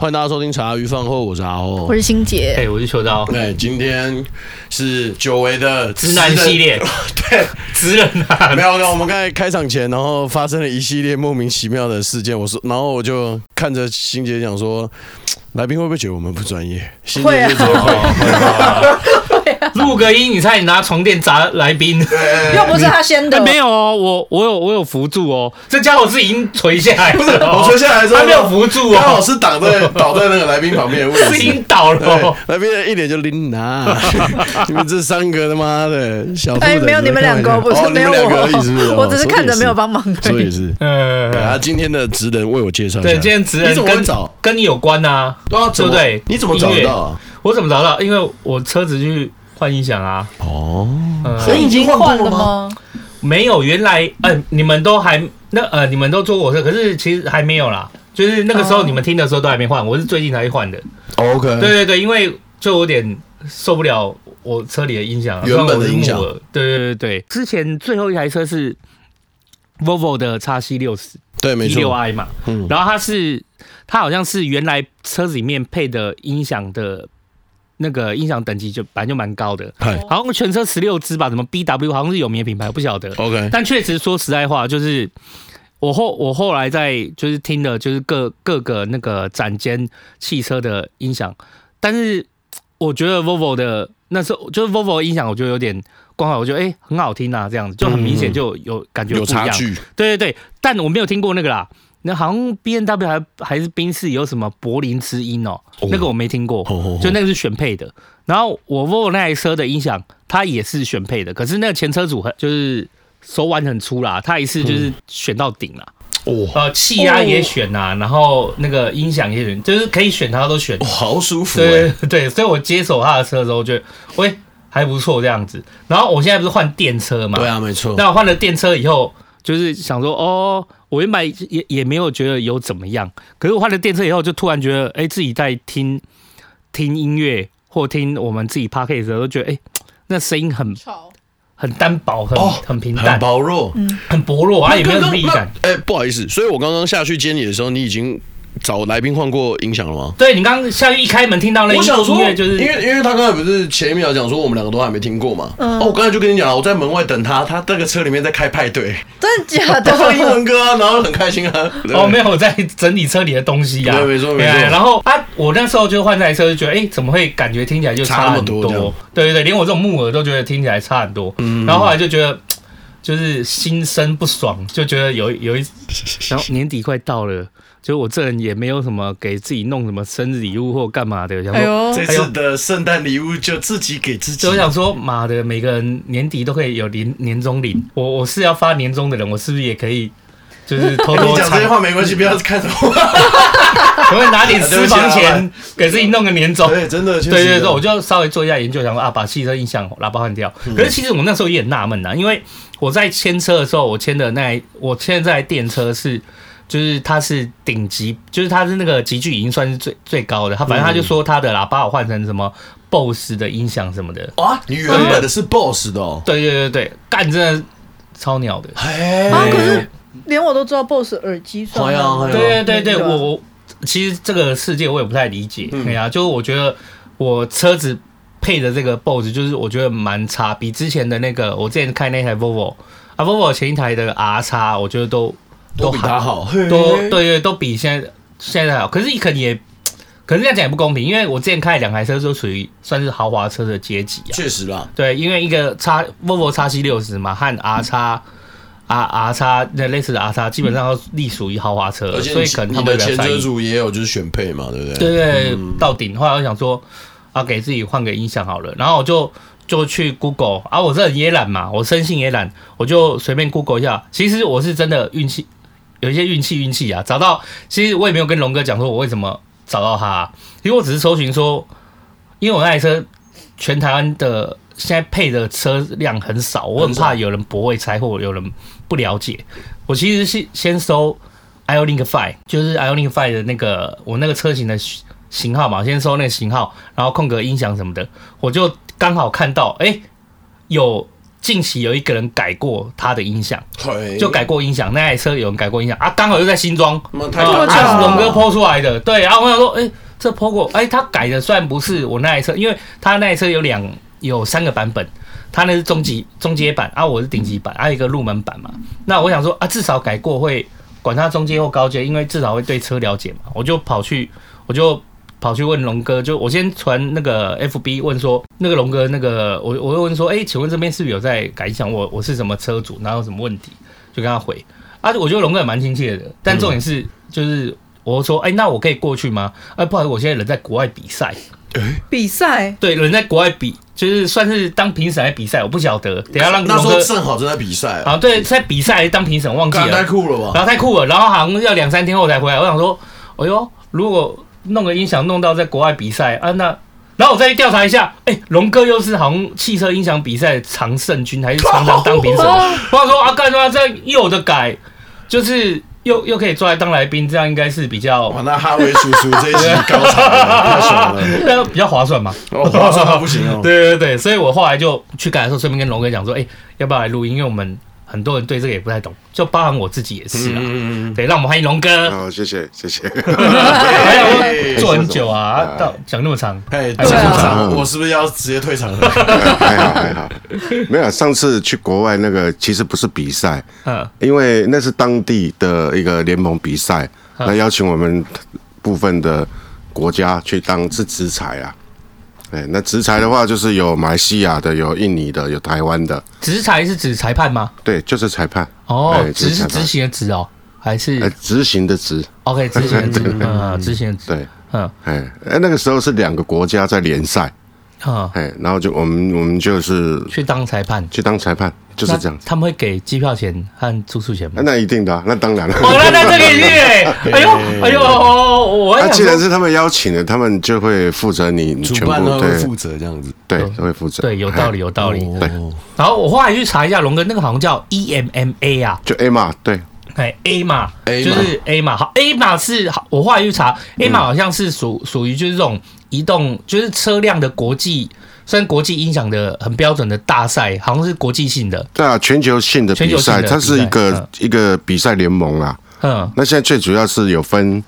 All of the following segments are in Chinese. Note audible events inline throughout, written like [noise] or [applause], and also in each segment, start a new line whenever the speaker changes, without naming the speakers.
欢迎大家收听茶余饭后，我是阿
我
欧。
是欣姐，
哎、我是
[laughs]
秋刀，
哎，今天是久违的
直男系，列，
[laughs] 对，
直人啊
没，有没有，我们刚才开场前，然后发生了一系列莫名其妙的事件。我说，然后我就看着欣姐讲说，来宾会不会觉得我们不专业？欣姐
啊
就说会，
[laughs] 录个音，你差点拿床垫砸来宾。
又不是他先的
哎，，没有哦，我我有我有扶住哦，
这家伙是已经垂下来了哦，不
是我垂下来之后
他没有扶住
刚好
哦，
是挡在倒在那个来宾旁边的位
[laughs] 是已
置
经。倒了
对
哦。，
来宾一脸就琳娜， [laughs] 你们这三个他妈的小兔
哎，
崽子
没有你们两个，
开
不
玩
是
笑哦
没有
你们两个而已是不是？
[laughs] 我，我只是
哦
看着没有帮。忙
所
而
以
[laughs]
也
已。
是，对
嗯，
啊，今天的职能为我介绍一下。
对，今天直
你
人
怎么会
跟
找？
跟你有关啊？
对啊，怎么
对不对
你怎么找得到啊？
我怎么找到？因为我车子去换音响啊。
哦，
嗯，
所以已经换过
换
了
了
吗？
吗？
没有，原来呃，你们都还那呃，你们都坐过车，可是其实还没有啦。就是那个时候
哦
你们听的时候都还没换，我是最近才去换的。
哦 OK，
对对对，因为就有点受不了我车里的音响啊，
原本的音响
虽然我是木耳。对对对对，之前最后一台车是 Volvo 的 x C 六十
对，没
T 六
错，
i 嘛，
嗯，
然后它是它好像是原来车子里面配的音响的。那个音响等级就本来就蛮高的，
嗨
好像全车十六支吧，什么 BW 好像是有名的品牌，我不晓得。
，OK，
但确实说实在话，就是我后我后来在就是听了就是各各个那个展间汽车的音响，但是我觉得 Volvo 的那时候就是 Volvo 的音响，我觉得有点光好，我觉得哎、诶很好听啊，这样子就很明显就有感觉
嗯
不
有
一样。
差距，
对对对，但我没有听过那个啦。那好像 B N W 还还是宾士有什么柏林之音哦，
哦
那个我没听过，
哦哦哦
就那个是选配的。然后我 Volvo 那台车的音响，它也是选配的，可是那个前车主很就是手腕很粗啦，他一次就是选到顶啦，哦
哇，
呃，气压也选啦，然后那个音响也选，就是可以选他都选。
哇哦好舒服
对
哎，
哦对 [laughs] 对，所以我接手他的车的时候，觉得喂还不错这样子。然后我现在不是换电车嘛，
对啊，没错，
那我换了电车以后，嗯就是想说，哦，我原本也也没有觉得有怎么样，可是我换了电车以后，就突然觉得，哎、自己在听听音乐或听我们自己 p o d c a s t 的时候，都觉得，哎、那声音很很单薄，很、
哦
很平
很
淡，
薄弱，
很薄弱啊，也没有什么力感。
那。哎，不好意思，所以我刚刚下去接你的时候，你已经找来宾换过音响了吗？
对你刚刚下去一开门听到那
我想
音
说，
音乐，就是
因为因为他刚才不是前一秒讲说我们两个都还没听过嘛，
嗯
哦，我刚才就跟你讲了，我在门外等他，他那个车里面在开派
[laughs]
对，
真的假
[laughs] 他放英
的？
文歌啊，然后很开心啊，对
哦，没有我在整理车里的东西呀、啊，
对没错没错
哎然后啊，我那时候就换台车，就觉得哎、怎么会感觉听起来就
差那么
很
多
多？
这样嗯
对对对，连我这种木耳都觉得听起来差很多。然后后来就觉得就是心生不爽，就觉得有
[laughs]
有一，然后年底快到了，就我这人也没有什么给自己弄什么生日礼物或干嘛的，
[laughs]
想
哎
说。
呦，
这次的圣诞礼物就自己给自己
就。我想说，妈的，每个人年底都可以有年年终领，我我是要发年终的人，我是不是也可以，就是
[laughs]
偷
你
偷
讲这
藏
些话没关系，不要看我。
可不可以拿点私房钱给自己弄个年终？
对，真的，确实啊
对对对，我就稍微做一下研究，想说啊，把汽车音响喇叭换掉。
嗯
可是其实我那时候也很纳闷啊呐，因为我在签车的时候，我签的那台我签的这台电车是，就是它是顶级，就是它是那个级距已经算是最最高的。他反正他就说他的喇叭我换成什么 BOSS 的音响什么的。
啊，你原本的是 boss 的哦，
对对对对，干真的超鸟的。
哎
啊，可是连我都知道 BOSS 耳机算
好呀
吗
好呀
对对对
对
对，
啊吧
我我其实这个世界我也不太理解，对啊，就是我觉得我车子配的这个 BOSS 就是我觉得蛮差，比之前的那个我之前开那台 VOVO 啊 VOVO 前一台的 R 叉，我觉得都
都比他
好，
好，
都对对都比现在现在好，可是可能也。可是这样讲也不公平，因为我之前开的两台车都属于算是豪华车的阶级啊。
确实啦，
对，因为一个叉 Volvo 叉 C 六十嘛，和 R 叉 R R 叉那类似的 R 叉，基本上都隶属于豪华车，
嗯而且
所以可能
你
他
的
们比较
前
在
车嗯
意。
主也有就是选配嘛，对不对？
对对，对到顶。后来我想说，啊，给自己换个音响好了，然后我就就去 Google 啊，我这人也懒嘛，我生性也懒，我就随便 Google 一下。其实我是真的运气，有一些运气运气啊，找到。其实我也没有跟龙哥讲说我为什么找到他、因为我只是搜寻说，因为我那台车全台湾的现在配的车辆很少，我很怕有人不会拆或有人不了解。我其实是先搜 Ionic Five，就是 Ionic Five 的那个我那个车型的型型号嘛，我先搜那个型号，然后空格音响什么的，我就刚好看到，哎、有近期有一个人改过他的音响，就改过音响，那台车有人改过音响啊，刚好又在新庄，
那太
啊，
多
了
他是
了
龙哥抛出来的，对，然后我想说，哎、这抛过，哎、他改的虽然不是我那台车，因为他那台车有两有三个版本，他那是中级中阶版，啊，我是顶级版，还、有一个入门版嘛。那我想说啊，至少改过会管他中阶或高阶，因为至少会对车了解嘛。我就跑去，我就跑去问龙哥，就我先传那个 FB 问说，那个龙哥，那个我我又问说，哎、请问这边是不是有在改音响？我我是什么车主，然后有什么问题，就跟他回。啊，我觉得龙哥也蛮亲切的，
嗯
但重点是、就是我说，哎、那我可以过去吗？哎、不好意思，我现在人在国外比赛，
比赛
对，人在国外比，就是算是当评审还比赛，我不晓得，等一下让
那
龙
时
哥
候。正好正在比赛，
啊，对，在比赛还是当评审忘记
干太
了，啊
酷了吧？
然后太酷了，然后好像要两三天后才回来。我想说，哎呦，如果弄个音响弄到在国外比赛啊，那然后我再去调查一下，哎，龙哥又是好像汽车音响比赛的常胜军，还是常常当评审。我想说啊，干嘛这样又有的改，就是又又可以抓来当来宾，这样应该是
[laughs]
比较
哇，那哈维叔叔这一集高潮了，太爽了，
那比较划算嘛。
我划算到不行哦。
[laughs] 对对对，所以我后来就去改的时候，顺便跟龙哥讲说，哎，要不要来录音？因为我们很多人对这个也不太懂，就包含我自己也是啊。
嗯，
对，让我们欢迎龙 [laughs] 哥。
好，哦谢谢谢 [laughs] 谢。
还
哎
有我做很久啊，到讲那么长，
哎，
还
这
是
样
不
场我是不是要直接退场了？
还好还好，没有。上次去国外那个其实不是比赛，
嗯，
因为那是当地的一个联盟比赛，
啊
那邀请我们部分的国家去当是执裁啊。哎，那执裁的话就是有马来西亚的，有印尼的，有台湾的，
执裁是指裁判吗？
对，就是裁判。
哦
哎，
执
就是是裁
执
判。
行的执哦，还
呃
是，
执行的执， [laughs]
OK 执行的执，嗯，执行的执，
对，
嗯
哎，哎，那个时候是两个国家在联赛，
嗯，
哎，然后就我们我们就是
去当裁判
去当裁判，就是这样
那。他们会给机票钱和住宿钱吗
啊？那一定的啊、那当然了。
哦，那那
[laughs]
这个也是，哎呦哎呦，我
那
还
既
想
然
说，
是他们邀请的，他们就会负责你你
主
全
办
啊
部
呢会负
对
责这样子，
对，会负责。
对，有道理有道理。
对
哦
然后我后来去查一下，龙哥那个好像叫 EMMA 啊，
就 A 嘛，对，
哎，A 码
A
就
码
是 A 码，好，A 码是好，我后来去查，A
嗯
码好像是属属于就是这种移动，就是车辆的国际，虽然国际音响的很标准的大赛，好像是国际性的，
对啊，全球性的
全
比
球性的
赛，它是
比
一
赛
个一个比赛联盟啦。
嗯，
那现在最主要是有分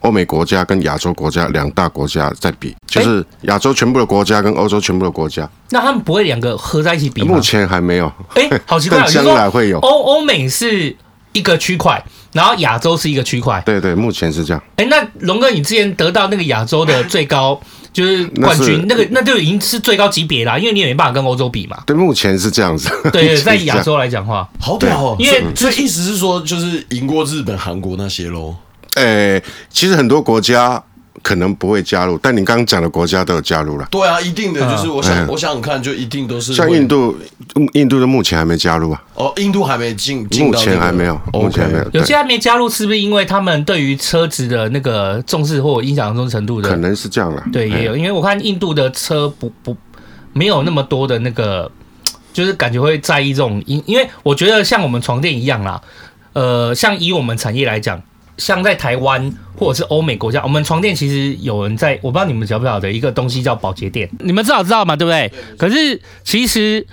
欧美国家跟亚洲国家两大国家在比，就是亚洲全部的国家跟欧洲全部的国家，
那他们不会两个合在一起比吗
目？前还没有。
哎，好奇怪哦，
但
就是
[laughs] 将
说
来会有
欧欧美是一个区块，然后亚洲是一个区块，
对对，目前是这样。
哎，那龙哥，你之前得到那个亚洲的最高就是冠军，那
那是
个那就已经是最高级别啦，因为你也没办法跟欧洲
[laughs]
比嘛。
对，目前是这样子。
对，
[laughs] 目
对
前
在
是这样
亚洲来讲话，
好屌哦！
因为
这意思是说，就是赢过日本、韩国那些喽。
诶、呃其实很多国家可能不会加入，但你刚刚讲的国家都有加入了。
对啊，一定的，就是我想，
嗯
我想想看，就一定都是
像
会
印度，嗯印度的目前还没加入啊，
哦，印度还没进，进
目
到
前
那个
还没有，目前还没有，。
有些
对，
还没加入，是不是因为他们对于车子的那个重视或影响中程度
可
的？
能是这样了。
对，
哎
也有，因为我看印度的车不不没有那么多的那个，就是感觉会在意这种因，因为我觉得像我们床垫一样啦，呃，像以我们产业来讲，像在台湾或者是欧美国家，我们床垫其实有人在，我不知道你们晓不晓得一个东西叫保洁垫，你们至少知道嘛，对不对？可是其实。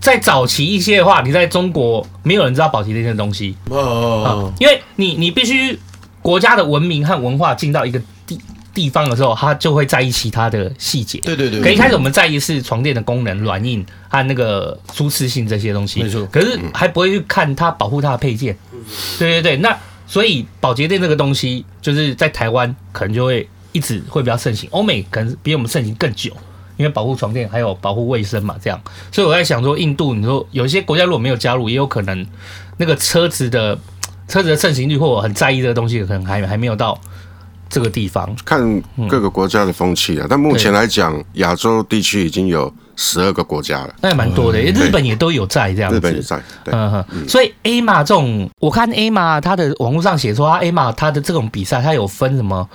在早期一些的话，你在中国没有人知道保洁垫这东西，
哦，
因为你你必须国家的文明和文化进到一个地地方的时候，他就会在意其他的细节。
对对对，
可一开始我们在意是床垫的功能、软硬和那个舒适性这些东西，
没错
可是还不会去看它保护它的配件。对对对，那所以保洁垫这个东西，就是在台湾可能就会一直会比较盛行，欧美可能比我们盛行更久，因为保护床垫还有保护卫生嘛，这样。所以我在想说，印度你说有一些国家如果没有加入，也有可能那个车子的车子的盛行率或很在意这个东西，可能还还没有到这个地方。
看各个国家的风气啊。但目前来讲，亚洲地区已经有十二个国家了，
那也蛮
嗯
多的、日本也都有在这样子。
日本也在。对，
嗯哼，所以 A 玛这种，我看 A 玛它的网络上写说，它 A 玛它的这种比赛，它有分什么？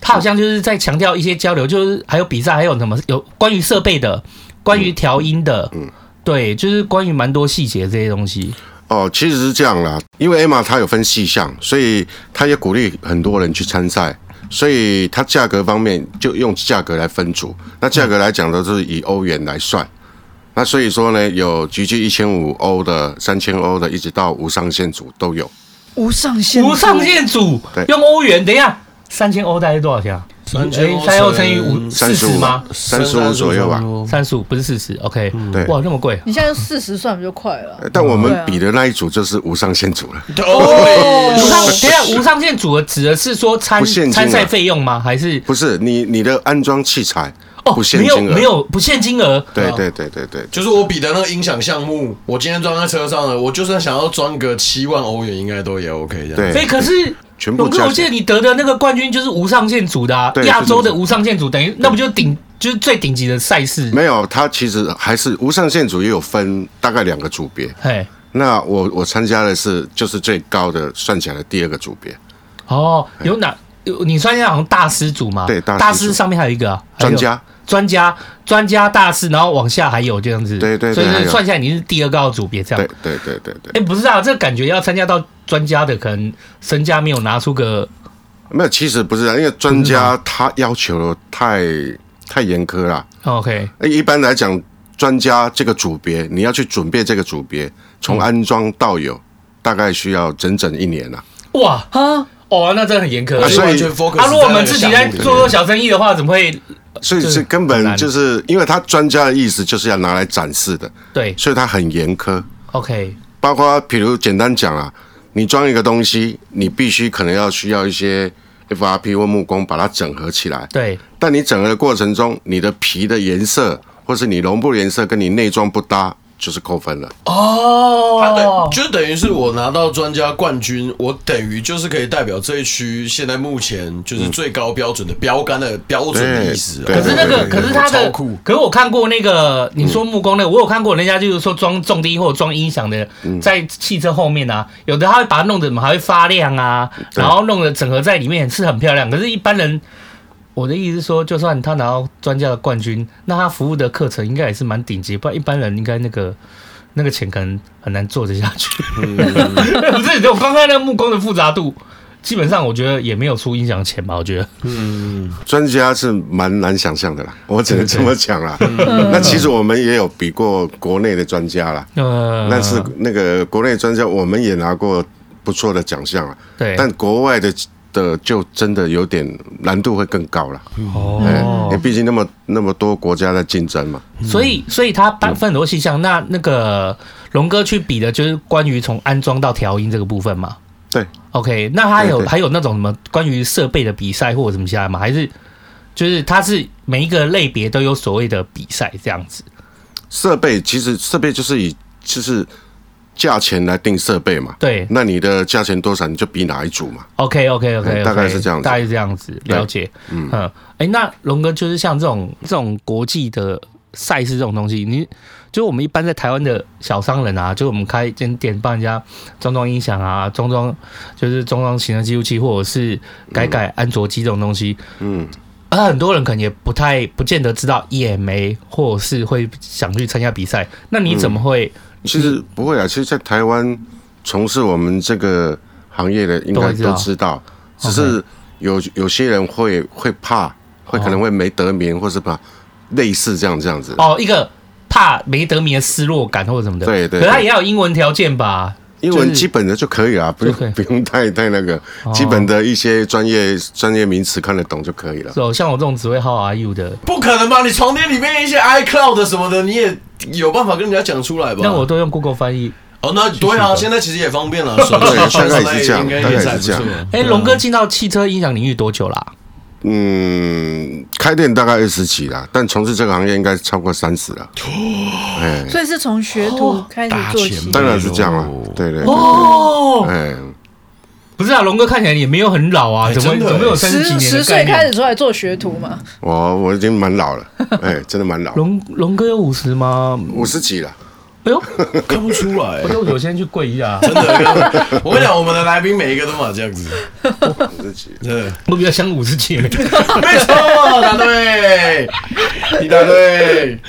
它好像就是在强调一些交流，就是还有比赛，还有什么有关于
嗯
设备的，关于调音的，对，就是关于蛮多细节这些东西。
哦，其实是这样啦，因为 Emma 它有分细项，所以它也鼓励很多人去参赛，所以它价格方面就用价格来分组。那价格来讲都是以欧元来算，那所以说呢，有极具一千五欧的、三千欧的，一直到无上限组都有。
无上限，
无上，限组
对
用欧元，等一下，三千欧大概多少钱啊？
三千欧
哎三欧乘以五四十
35
吗？
35左右吧
三十五不是四十，OK，
嗯
对
哇，那么贵，
你现在用四十算不就快了？
呃
但我
对
们
啊
比的那一组就是无上限组了，
啊
哦，
无上，等一下，无上限组的指的是说参
不现金啊
参赛费用吗？还是
不是你你的安装器材
哦
不，限
没有
金额，
没，有哦不限金额，
对对对对对，
就是我比的那个音响项目，我今天装在车上了，我就算想要装个七万欧元，应该都也 OK 这样。
对
所以可是。
全部
龙哥，
加
我记得
起来
你得的那个冠军就是无上限组的啊
对
亚、洲
是
的
是是
无上限组，等于那不就顶就是最顶级的赛事？
没有，它其实还是无上限组也有分大概两个组别。
嘿，
那我我参加的是就是最高的算起来的第二个组别，
哦，有哪？有你算一下，好像大师组嘛，
对大师组
大师上面还有一个啊还有
专家
专家、专家大师，然后往下还有这样子，
对对对
所以
还
这
有
算下来你是第二高的组别这样
对。对对对对，
哎，不是啊，这感觉要参加到专家的，可能身家没有拿出个
没有，其实不是啊，因为专家他要求太太严苛啦。
哦 OK，
哎一般来讲，专家这个组别你要去准备这个组别，
嗯
从安装到有，大概需要整整一年啦。
哇
啊，
哦，那真的很严苛。
啊所以
完全 focus
啊，如果我们自己
在
在
那个项目里面
做做小生意的话，怎么会
所以
对
是根
呃很
本
难
就是因为他专家的意思就是要拿来展示的，
对
所以他很严苛。
？OK，
包括比如简单讲啊，你装一个东西，你必须可能要需要一些 FRP 或木工把它整合起来。
对
但你整合的过程中，你的皮的颜色或是你绒布颜色跟你内装不搭，就是扣分了。
他等
哦，
就等于是我拿到专家冠军，我等于就是可以代表这一区现在目前就是最高标准的标杆的标准的意思啊。
嗯对
可是那个，
对对对
可是他
超
的
酷，
可是我看过那个，你说木工那个，我有看过人家就是说装重低或者装音响的，
嗯
在汽车后面啊，有的他会把它弄得怎么还会发亮啊，
对
然后弄得整合在里面是很漂亮。可是，一般人，我的意思是说，就算他拿到专家的冠军，那他服务的课程应该也是蛮顶级，不然一般人应该那个。那个钱可能很难做得下
[laughs]
去，不是？我刚才那个木工的复杂度，基本上我觉得也没有出音响钱吧，我觉得。
专家是蛮难想象的啦，我只能这么讲啦。那其实我们也有比过国内的专家啦，
呃，
但是那个国内专家我们也拿过不错的奖项啊，
对，
但国外的的就真的有点难度会更高了。
哦
因为，毕竟那么那么多国家在竞争嘛。
所以所以他办分很多细项，那那个龙哥去比的就是关于从安装到调音这个部分嘛。
对，
OK，那他还有
对对
还有那种什么关于设备的比赛或者什么其他吗？还是就是它是每一个类别都有所谓的比赛这样子？
设备其实设备就是以就是价钱来定设备嘛。
对
那你的价钱多少，你就比哪一组嘛。
，OK OK OK，
嗯大概是这样子
大概是这样子，
对
了解。嗯，哎、那龙哥就是像这种这种国际的赛事这种东西，你就我们一般在台湾的小商人啊，就我们开一间店帮人家装装音响啊，装装就是装装行车记录器，或者是改改安卓机这种东西，
嗯，
而很多人可能也不太不见得知道 EMA，或者是会想去参加比赛。那
嗯
你怎么会？
其实不会啊，其实，在台湾从事我们这个行业的应
都
该都
会
知
知
道，只是有有些人会会怕，会可能会没得名，或是怕类似这样这样子。
哦，一个怕没得名的失落感或者什么的，
对对
可他
对
也要有英文条件吧？
英
就
文
是
基本的就可以啊，不用
就可以哦
不用太太那个，基本的一些专业专业名词看得懂就可以了。
是哦，像我这种只会 How are you 的，
不可能吧？你床垫里面一些 iCloud 什么的，你也有办法跟人家讲出来吧？
那我都用 Google 翻译。
哦，那对啊，现在其实也方便了，手机
[laughs] 对大概也是这样
应该
大概
也
也
还
是
不
这样
错。
哎，龙哥进到汽车音响领域多久啦？
嗯，开店大概二十几啦，但从事这个行业应该超过三十了。
哦
哎，
所以是从学徒开始做
哦大
起
前。辈
当然是这样了
哦。
对对对，
哎哦，
哎，
不是啊，龙哥看起来也没有很老啊，
哎
怎么
真的
怎么有三十
十
几年的
十
概
岁开始
念？
出来做学徒嘛，
[laughs] 我我已经蛮老了，哎，真的蛮老，
龙龙哥有五十吗？
五十几了。
哎呦，
看不出来
不。对，我先去跪
[laughs]
一下，
真的，我跟你讲，我们的来宾每一个都嘛这样子，真的，
我比较像五十几。
没错，答
[laughs]
对，你答对，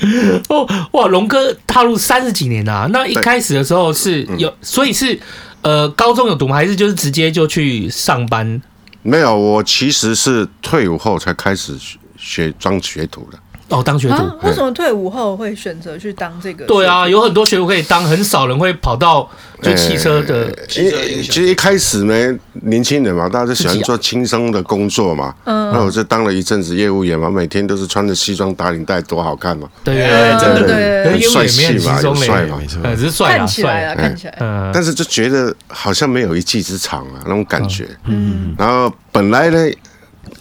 哦，哇，龙哥踏入三十几年啦、那一开始的时候是
嗯
有，所以是呃，高中有读吗？还是就是直接就去上班？
没有，我其实是退伍后才开始学学装学徒的。
哦，当学徒。
啊？为什么退伍后会选择去当这个？
对，啊，有很多学徒可以当，很少人会跑到
哎
就汽车的。
因为其实一开始呢，年轻人嘛，大家就喜欢做轻松的工作嘛。嗯，那我就当了一阵子业务员嘛，每天都是穿着西装打领带，多好看嘛。
对啊
哎
对
真
对
的
对，可是
很
业务
帅
也没
气
很
嘛
轻松
很
嘞
帅嘛，
没错，
呃只是帅啦，
呃看起来
帅
啊，。看起来，
嗯，
但是就觉得好像没有一技之长啊，那种感觉。嗯，然后本来呢，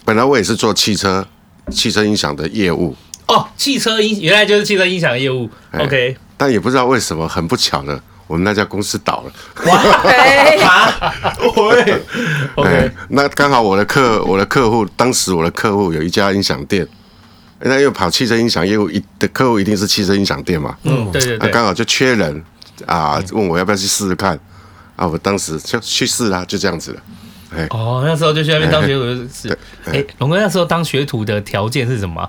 本来我也是做汽车、汽车音响的业务，
哦，汽车音原来就是汽车音响的业务。
哎
OK，
但也不知道为什么，很不巧的，我们那家公司倒了。
啊
哎，
喂，
哎，那刚好我的客我的客户，当时我的客户有一家音响店，哎那又跑汽车音响业务，一的客户一定是汽车音响店嘛，
嗯，对对嗯
那
对，
刚好就缺人啊，问我要不要去试试看，啊，我当时就去试啦，就这样子了。
哦，那时候就去那
哎
边当学徒就是，哎，龙哥那时候当学徒的条件是什么啊？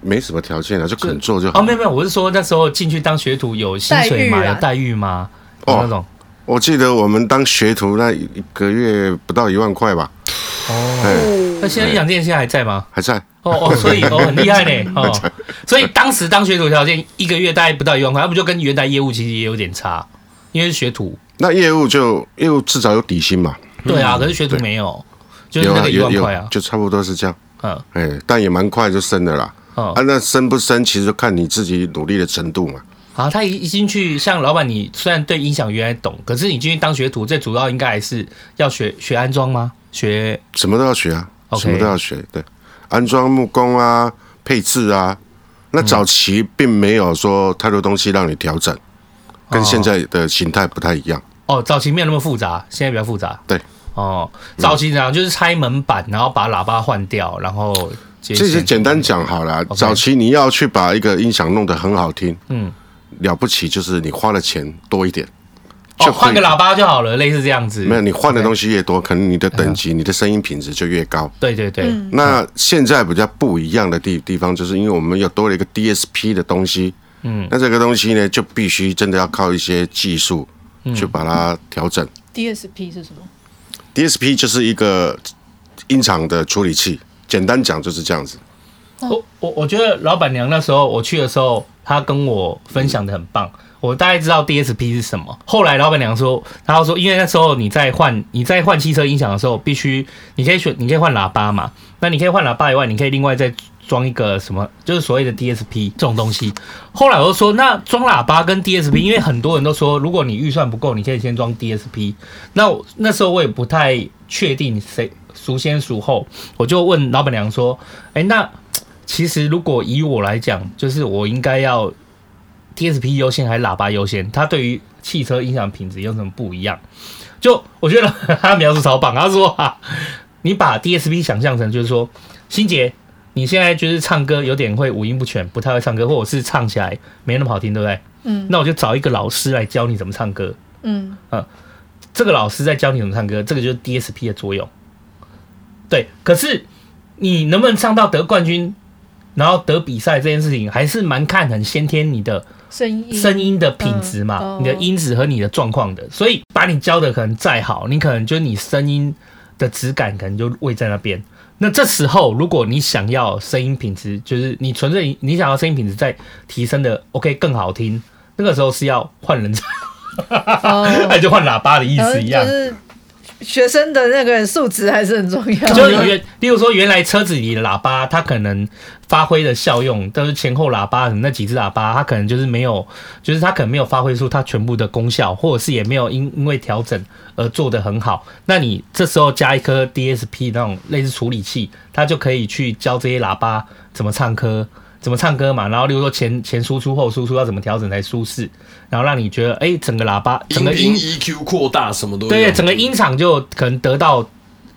没什么条件啊，就肯做就好。
哦，没有没有，我是说那时候进去当学徒有薪水吗？
待遇啊
有待遇吗？
哦
有那种
我记得我们当学徒那一个月不到一万块吧，
哦。
嗯
哎
[laughs]
那现在音响店现在还在吗？
还在。
哦哦，所以哦很厉害
[laughs]
呢哦，所以当时当学徒条件一个月大概不到一万块，那不就跟原来业务其实也有点差，因为是学徒。
那业务就业务至少有底薪嘛，
对啊，可是学徒没有，就是
有
那
啊
个一
嗯有
万
有
块，啊，
就差不多是这样。
嗯
哎，但也蛮快就升了啦。
嗯
啊，那升不升其实就看你自己努力的程度嘛。
啊，他一一进去，像老板，你虽然对音响原来懂，可是你进去当学徒，最主要应该还是要学学安装吗？学
什么都要学啊
OK
什么都要学。对，安装木工啊，配置啊。那早期并没有说太多东西让你调整，跟现在的形态不太一样。
哦，早期没有那么复杂，现在比较复杂。
对，
哦，早期呢就是拆门板，然后把喇叭换掉，然后接
这些
线
简单讲好了，早期你要去把一个音响弄得很好听，
嗯，
了不起就是你花的钱多一点，
哦，
就可以
换个喇叭就好了，类似这样子。
没有你换的东西越多，可能你的等
哎
级、你的声音品质就越高。
对对对，
嗯那现在比较不一样的地地方，就是因为我们有多了一个 DSP 的东西，嗯，那这个东西呢，就必须真的要靠一些技术去把它调整。
DSP 是什么？
DSP 就是一个音场的处理器，简单讲就是这样子。
我我我觉得老板娘那时候我去的时候，她跟我分享的很棒，我大概知道 DSP 是什么。后来老板娘说，她说因为那时候你在换你在换汽车音响的时候，必须你可以选你可以换喇叭嘛，那你可以换喇叭以外，你可以另外再装一个什么，就是所谓的 DSP 这种东西。后来我就说，那装喇叭跟 DSP，因为很多人都说，如果你预算不够，你可以先装 DSP。那我那时候我也不太确定谁孰先孰后，我就问老板娘说，哎、那其实如果以我来讲，就是我应该要 DSP 优先还是喇叭优先？它对于汽车音响品质有什么不一样？就我觉得他描述超棒，他说啊，你把 DSP 想象成就是说，欣杰，你现在就是唱歌有点会五音不全，不太会唱歌，或者是唱起来没那么好听，对不对？
嗯
那我就找一个老师来教你怎么唱歌。
嗯，
这个老师在教你怎么唱歌，这个就是 DSP 的作用。对，可是你能不能唱到得冠军，然后得比赛这件事情，还是蛮看很先天你的
声音
声音的品质嘛，
嗯
你的音质和你的状况的。所以把你教的可能再好，你可能就你声音的质感可能就位在那边。那这时候，如果你想要声音品质，就是你纯粹你想要声音品质再提升的，OK 更好听，那个时候是要换人才， [laughs]
哦，
那就换喇叭的意
然后
思一样
呃就。是学生的那个素质还是很重要。
就是原，例如说，原来车子里的喇叭，它可能发挥的效用，但是前后喇叭那几只喇叭，它可能就是没有，就是它可能没有发挥出它全部的功效，或者是也没有因因为调整而做得很好。那你这时候加一颗 DSP 那种类似处理器，它就可以去教这些喇叭怎么唱歌。怎么唱歌嘛，然后例如说前前输出后输出要怎么调整才舒适，然后让你觉得哎、整个喇叭整
音
个
频
音
EQ 扩大什么都有
对整个音场就可能得到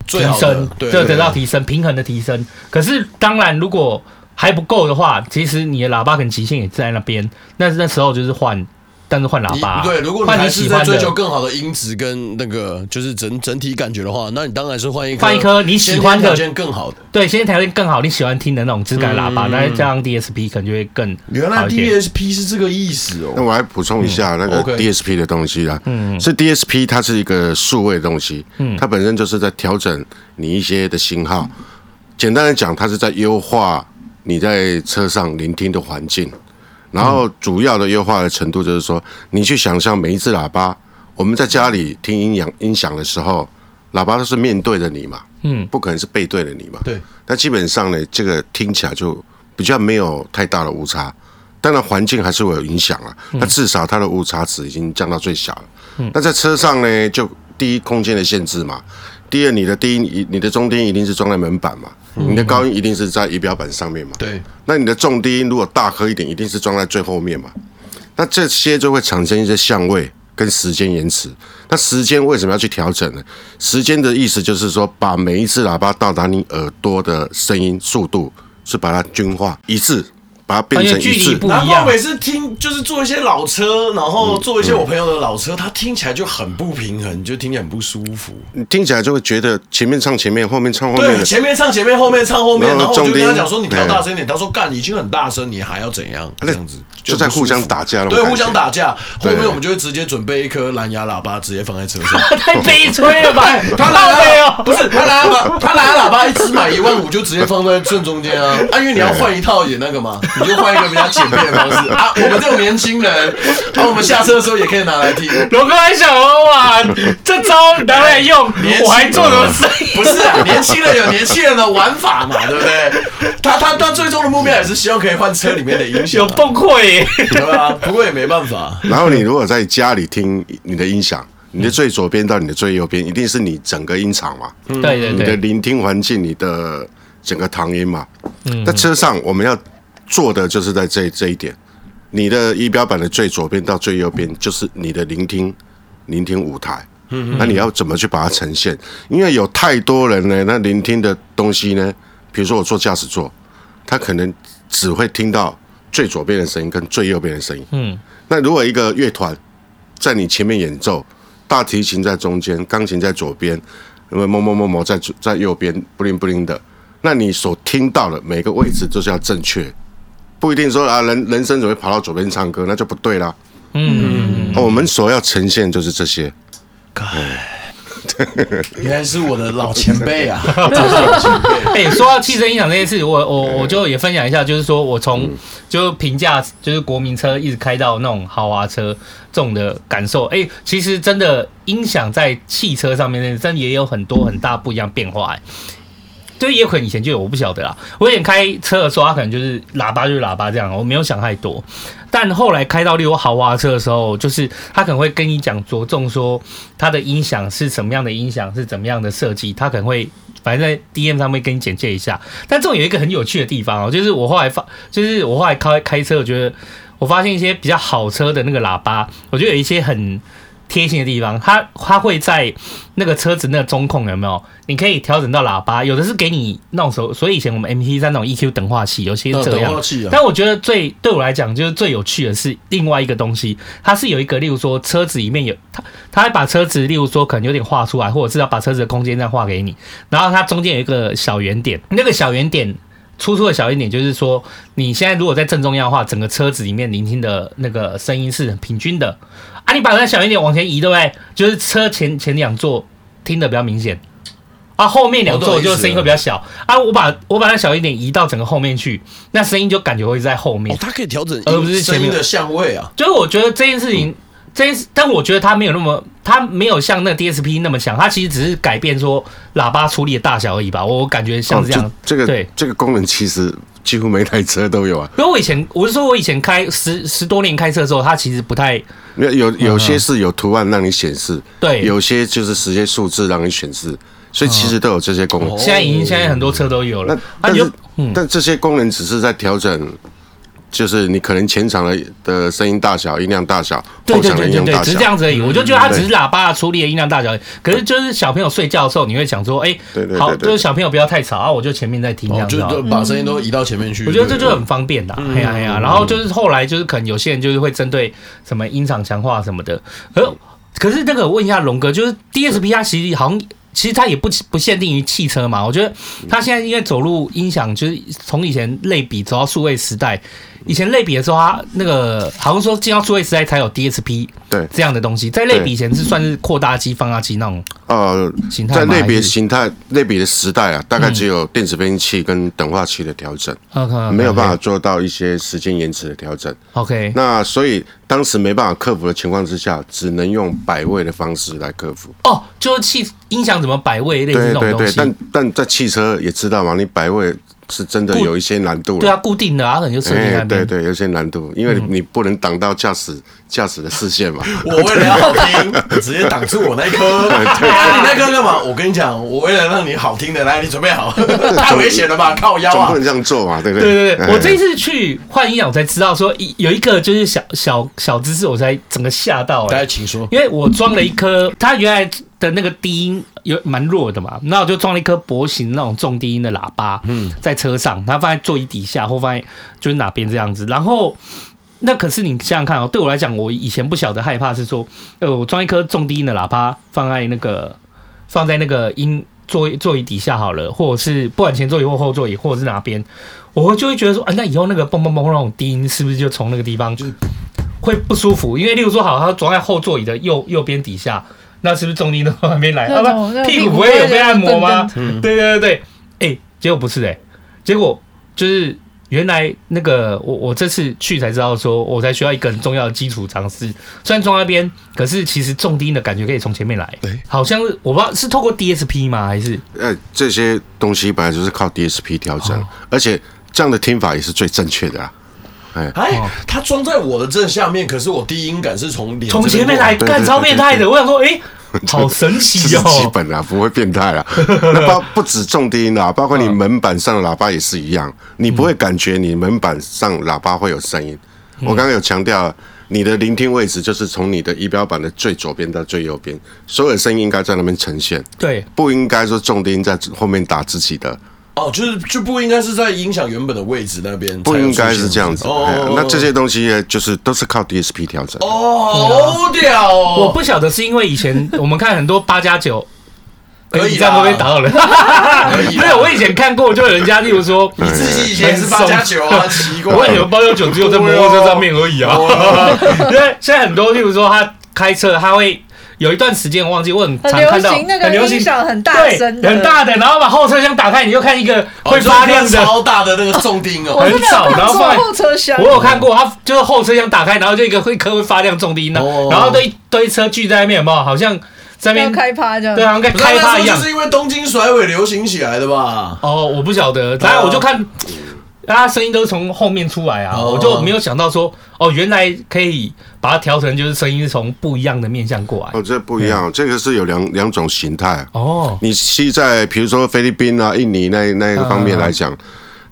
最
提
好的
升，
对
就得到提升，平衡的提升。可是当然，如果还不够的话，其实你的喇叭跟极限也在那边，那那时候就是换，但是换喇
你
叭啊，
对，如果你
换
还
你
是
喜
在
欢
追求
的。
更好的音质跟那个就是整整体感觉的话，那你当然是换一颗
换一颗你喜欢
先天条
的
件更好的。
对，现在条件更好，你喜欢听的那种质感喇叭，那、加上 DSP 可能就会更
嗯原来
好一点。
DSP 是这个意思
那
哦。
我来补充一下那个
OK
DSP 的东西啦，嗯，是 DSP 它是一个数位的东西，嗯，它本身就是在调整你一些的信号。简单来讲，它是在优化你在车上聆听的环境，然后主要的优化的程度就是说，你去想象每一只喇叭，我们在家里听音响音响的时候，喇叭都是面对着你嘛，嗯，不可能是背对着你嘛，
对，
那基本上呢，这个听起来就比较没有太大的误差。当然，环境还是会有影响啊。那至少它的误差值已经降到最小了。那在车上呢，就第一空间的限制嘛，第二你的低音、你的中低音一定是装在门板嘛，你的高音一定是在仪表板上面嘛。
对，
那你的重低音如果大颗一点，一定是装在最后面嘛。那这些就会产生一些相位跟时间延迟。那时间为什么要去调整呢？时间的意思就是说，把每一次喇叭到达你耳朵的声音速度是把它均化一致，把它变
因
成
为距
一
离
致。
不
难
一
怪
样，
每次听就是坐一些老车，然后坐一些我朋友的老车，它听起来就很不平衡，就听起来很不舒服。
你听起来就会觉得前面唱前面，后面唱后面
对，
的。
前面唱前面，后面唱后面，
然后
然后我就跟
重
他
低
讲说你调大声一点，他说干已经很大声，你还要怎样？这样子
就在互相打架了。
对互相。打架，后
对
面我们就会直接准备一颗蓝牙喇叭，直接放在车
[laughs]
上。
太悲催了吧？
他
浪费
拿
哦
喇叭，不是他拿喇叭，他拿喇叭一只买一万五，就直接放在正中间啊！啊，因为你要换一套也那个嘛，你就换一个比较简便的方
[laughs]
式啊。我们这种年轻人，啊，我们下车的时候也可以拿来听。
龙哥还想说哇，这招拿来 [laughs] 用，
年轻
我还做什么生意？
不是啊，年轻人有年轻人的玩法嘛，对不
[laughs]
对？他他他最终的目标也是希望可以换车里面的音响、
有
啊，
崩溃耶！
对吧？不过也没办法，
然后你如果在家里听你的音响，
嗯
你的最左边到你的最右边，一定是你整个音场嘛。
嗯
对对
你的
嗯对，
聆听环境，你的整个堂音嘛。
嗯
那车上我们要做的就是在这这一点，你的仪表板的最左边到最右边就是你的聆听聆听舞台。
嗯
那你要怎么去把它呈现？因为有太多人呢，那聆听的东西呢，比如说我坐驾驶座，他可能只会听到最左边的声音跟最右边的声音。
嗯，
那如果一个乐团在你前面演奏，大提琴在中间，钢琴在左边，那么某某某某在左在右边，不灵不灵的，那你所听到的每个位置就是要正确，不一定说啊人人声怎么会跑到左边唱歌，那就不对啦。嗯，我们所要呈现就是这些。
原来是我的老前辈啊！
[laughs] 哎，说到汽车音响这件事，我我我就也分享一下，就是说我从就平价就是国民车一直开到那种豪华车这种的感受，哎，其实真的音响在汽车上面真的也有很多很大不一样变化，哎。对，也有可能以前就有，我不晓得啦。我以前开车的时候，它可能就是喇叭就是喇叭这样，哦我没有想太多。但后来开到例如豪华车的时候，就是他可能会跟你讲着重说它的音响是什么样的音响，是怎么样的设计，他可能会反正在 DM 上面跟你简介一下。但这种有一个很有趣的地方哦，就是我后来发，就是我后来开开车，我觉得我发现一些比较好车的那个喇叭，我觉得有一些很贴心的地方，它它会在那个车子那个中控有没有？你可以调整到喇叭，有的是给你那种手，所以以前我们 MP 三那种 EQ 等化器，有些是这样
等化器啊。
但我觉得最对我来讲就是最有趣的是另外一个东西，它是有一个，例如说车子里面有它，它会把车子，例如说可能有点画出来，或者是要把车子的空间这样画给你，然后它中间有一个小圆点，那个小圆点。粗粗的小圆点就是说，你现在如果在正中央的话，整个车子里面聆听的那个声音是很平均的，啊，你把那小一点往前移，对不对？就是车前前两座听得比较明显，啊，后面两座就是声音会比较小。啊，我把我把那小一点移到整个后面去，那声音就感觉会在后面
哦，。它可以调整
而呃不是
音声
前
音
面
的相位啊。
[laughs] 就是我觉得这件事
嗯
情，这件事，但我觉得它没有那么，它没有像那个 DSP 那么强，它其实只是改变说喇叭处理的大小而已吧。我我感觉像
哦
这样，
这个
对。
这个功能其实几乎每台车都有啊。
因为我以前，我是说我以前开十十多年开车的时候，它其实不太
有有有些是有图案让你显示，
嗯对嗯
有些就是直接数字让你显示，所以其实都有这些功能。
现在已经现在很多车都有
那
了。啊，
但
你
是、
就嗯
但这些功能只是在调整就是你可能前场的的声音大小、音量大小，
对
后
对
场的
对
音
对
量
对，
大
只是
小嗯
这。样子而已。我就觉得它
对
只是喇叭出力的音量大小而已，可是就是小朋友睡觉的时候，你会想说，哎
对对，对
好，
对对
就是小朋友不要太吵啊，我就前面在听这
哦
样
就
子啊。
就把声音都移到前面去。
我觉得这就很方便
嗯
啦，哎呀哎呀，然后就是后来就是可能有些人就是会针对什么音场强化什么的，可可是那个问一下龙哥，就是 DSP 它其实好像其实它也不不限定于汽车嘛，我觉得它现在因为走入音响，就是从以前类比走到数位时代，以前类比的时候，它那个好像说进到数位时代才有 DSP
对
这样的东西，在类比以前是算是扩大机、放大机那种
呃，
形态
在
吗
类别
还是
形态、类别的时代啊，大概只有电子分析器跟等化器的调整，
，OK，
没有办法做到一些时间延迟的调整。
，OK，
那所以当时没办法克服的情况之下，只能用百位的方式来克服。
哦，就是气音响怎么摆位类似
对
这种
对
东
对，
西。
但但在汽车也知道嘛，你百位是真的
固
有一些难度
对
了。
啊，固定的啊，可能就设定在
哎，
那
对
边。
对，有些难度，因
嗯
为你不能挡到驾驶驾驶的视线嘛。
我
[laughs]
为了要好听，直接挡住我那一
[laughs]
颗。啊，你那颗干嘛？我跟你讲，我为了让你好听的，来，你准备
[laughs]
好，太危险了吧？靠腰
总
啊
不！能这样做嘛，对不对？哎
对对对，我这一
次
次去换音响，我才知道说一有一个就是小小小知识，我才整个吓到
大
哎、
家请说。
因为我装了一颗，它原来的那个低音有蛮弱的嘛，那我就装了一颗薄型那种重低音的喇叭，嗯，在车上，它放在座椅底下或放在就是哪边这样子，然后。那可是你想想看哦，对我来讲，我以前不晓得害怕是说，呃，我装一颗重低音的喇叭放在那个放在那个音座椅座椅底下好了，或者是不管前座椅或后座椅，或者是哪边，我就会觉得说，啊，那以后那个嘣嘣嘣那种低音是不是就从那个地方会不舒服？因为例如说，好，它装在后座椅的右右边底下，那是不是重力都往那边来？
那
要
种
不
那种
然屁股
屁
不
股
会有
会
被按摩吗
噔？
对对对对，哎、结果不是哎、结果就是原来那个我我这次去才知道说，我才需要一个很重要的基础常识。虽然装那边，可是其实重低音的感觉可以从前面来，对，好像是我不知道是透过 DSP 吗？还是
呃，这些东西本来就是靠 DSP 调整，
哦
而且这样的听法也是最正确的啊。
哦
哎，它装在我的正下面，可是我第一音感是从脸
从前面来，
对对
干
对
超变态
对
的。我想说，哎、好神
[laughs] 这
奇
是
哦、
基本啊，不会变态
[laughs]
啊。那包不止重低音啦，包括你
嗯
门板上的喇叭也是一样，你不会感觉你门板上喇叭会有声音。
嗯
我刚刚有强调，你的聆听位置就是从你的仪表板的最左边到最右边，所有的声音应该在那边呈现，
对，
不应该说重低音在后面打自己的，
哦，就是就不应该是在音响原本的位置那边，
不应该是这样子。哎
哦，
那这些东西呃就是都是靠 DSP 调整。
哦，好屌哦！
啊我不晓得是因为以前我们看很多八加九。哎
可以啦啊
你这样会不会打扰人？ [laughs]
以啦
没有，我以前看过，就有人家，例如说，
你自己以前是八加九啊，奇怪。哦
我以前八加九只有在摩托车上面而已啊。
[laughs]
因为现在很多，例如说他开车，他会有一段时间我忘记，我很常
[laughs] 很流
看到
行那
很
个
流
音
行
响很大
对
声的，
很大的，然后把后车厢打开，你就看一个
哦
会发亮
你
的
说那个超大的那个重
[laughs]
钉哦
我，真的有
很少然
办
后
法
放
坐
在
后车厢，
我有看过，它就是后车厢打开，然后就一个会颗会发亮重低音的，
哦
然后堆堆车聚在那边，有没有？好像在那
要
边
开趴这样。
对，好像啊在
不是啊
开趴
那
一
时候
样
就。是因为东京甩尾流行起来的吧？
哦，我不晓得，反正我就看，大家声音都是从后面出来啊，
哦
我就没有想到说，哦，原来可以把它调成就是声音是从不一样的面向过来
哦，。这不一
哎
样，这个是有两两种形态啊。
哦，
你西在比如说菲律宾啊、印尼那那一个方面来
啊
讲，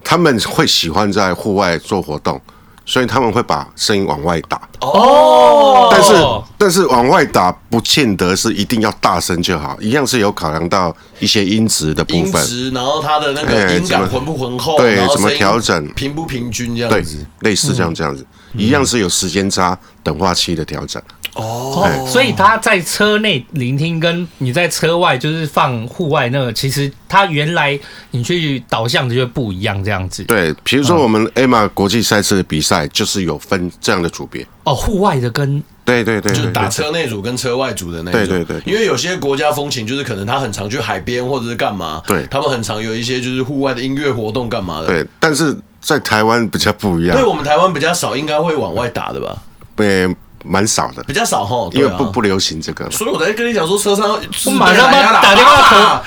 他们会喜欢在户外做活动，所以他们会把声音往外打。
哦
但是但是往外打不见得是一定要大声就好，一样是有考量到一些音质的部
音
分，
质，然后它的那
哎
个音
怎么
感浑不浑厚，
对
然后
怎么
声音
调整
平不平均这
对
样子。，
类似这样这样子，一样是有时间差、等化期的调整。
哦，所以他在车内聆听，跟你在车外就是放户外那个，其实它原来你去导向的就不一样，这样子。
对，比如说我们 AMA 国际赛事的比赛就是有分这样的组别。
哦，户外的跟
对对对，
就是
对
打
对
车内组跟车外组的那种，
对对对对
因为有些国家风情就是可能他很常去海边或者是干嘛，
对
他们很常有一些就是户外的音乐活动干嘛的，，
对，但是在台湾比较不一样
对。我们台湾比较少，应该会往外打的吧？
对，蛮少的，
比较少哈，
因
对
为
啊
不不流行这个嘛。
所以我才跟你讲说车商
我马上帮
要
打电话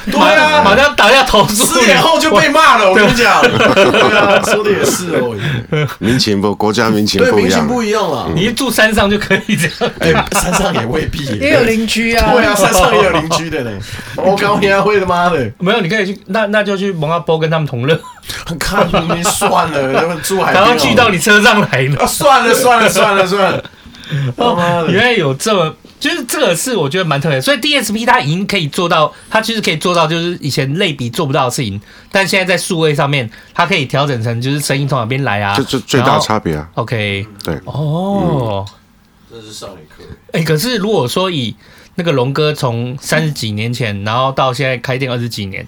投，
对啊，
马上打电话投诉
四
你。
年后就被骂了，我跟你讲，
[laughs]
对啊，说的也是哦，
民情不，国家民情
对，
不一
民
样
情。不一样了，
你一住山上就可以这样。
哎，山上也未必，
也有邻居啊，
对啊，山上也有邻居的
[laughs]
嘞，我搞你还会他妈的，
没有，你可以去，那那就去蒙阿波跟他们同乐，
看你算
[laughs]
了，他们住海边
然
好
后
了，
聚到你车上来了。
啊，算了算了算了
[laughs]
算了，他妈 [laughs] 的
哦原来有这么，就是这个是我觉得蛮特别的。所以 DSP 它已经可以做到，它其实可以做到就是以前类比做不到的事情，但现在在数位上面，它可以调整成就是声音从哪边来啊，
就就最大
然后
差别啊，
OK，
对，
哦，
这是上一课，
哎、可是如果说以那个龙哥从三十几年前，然后到现在开店二十几年，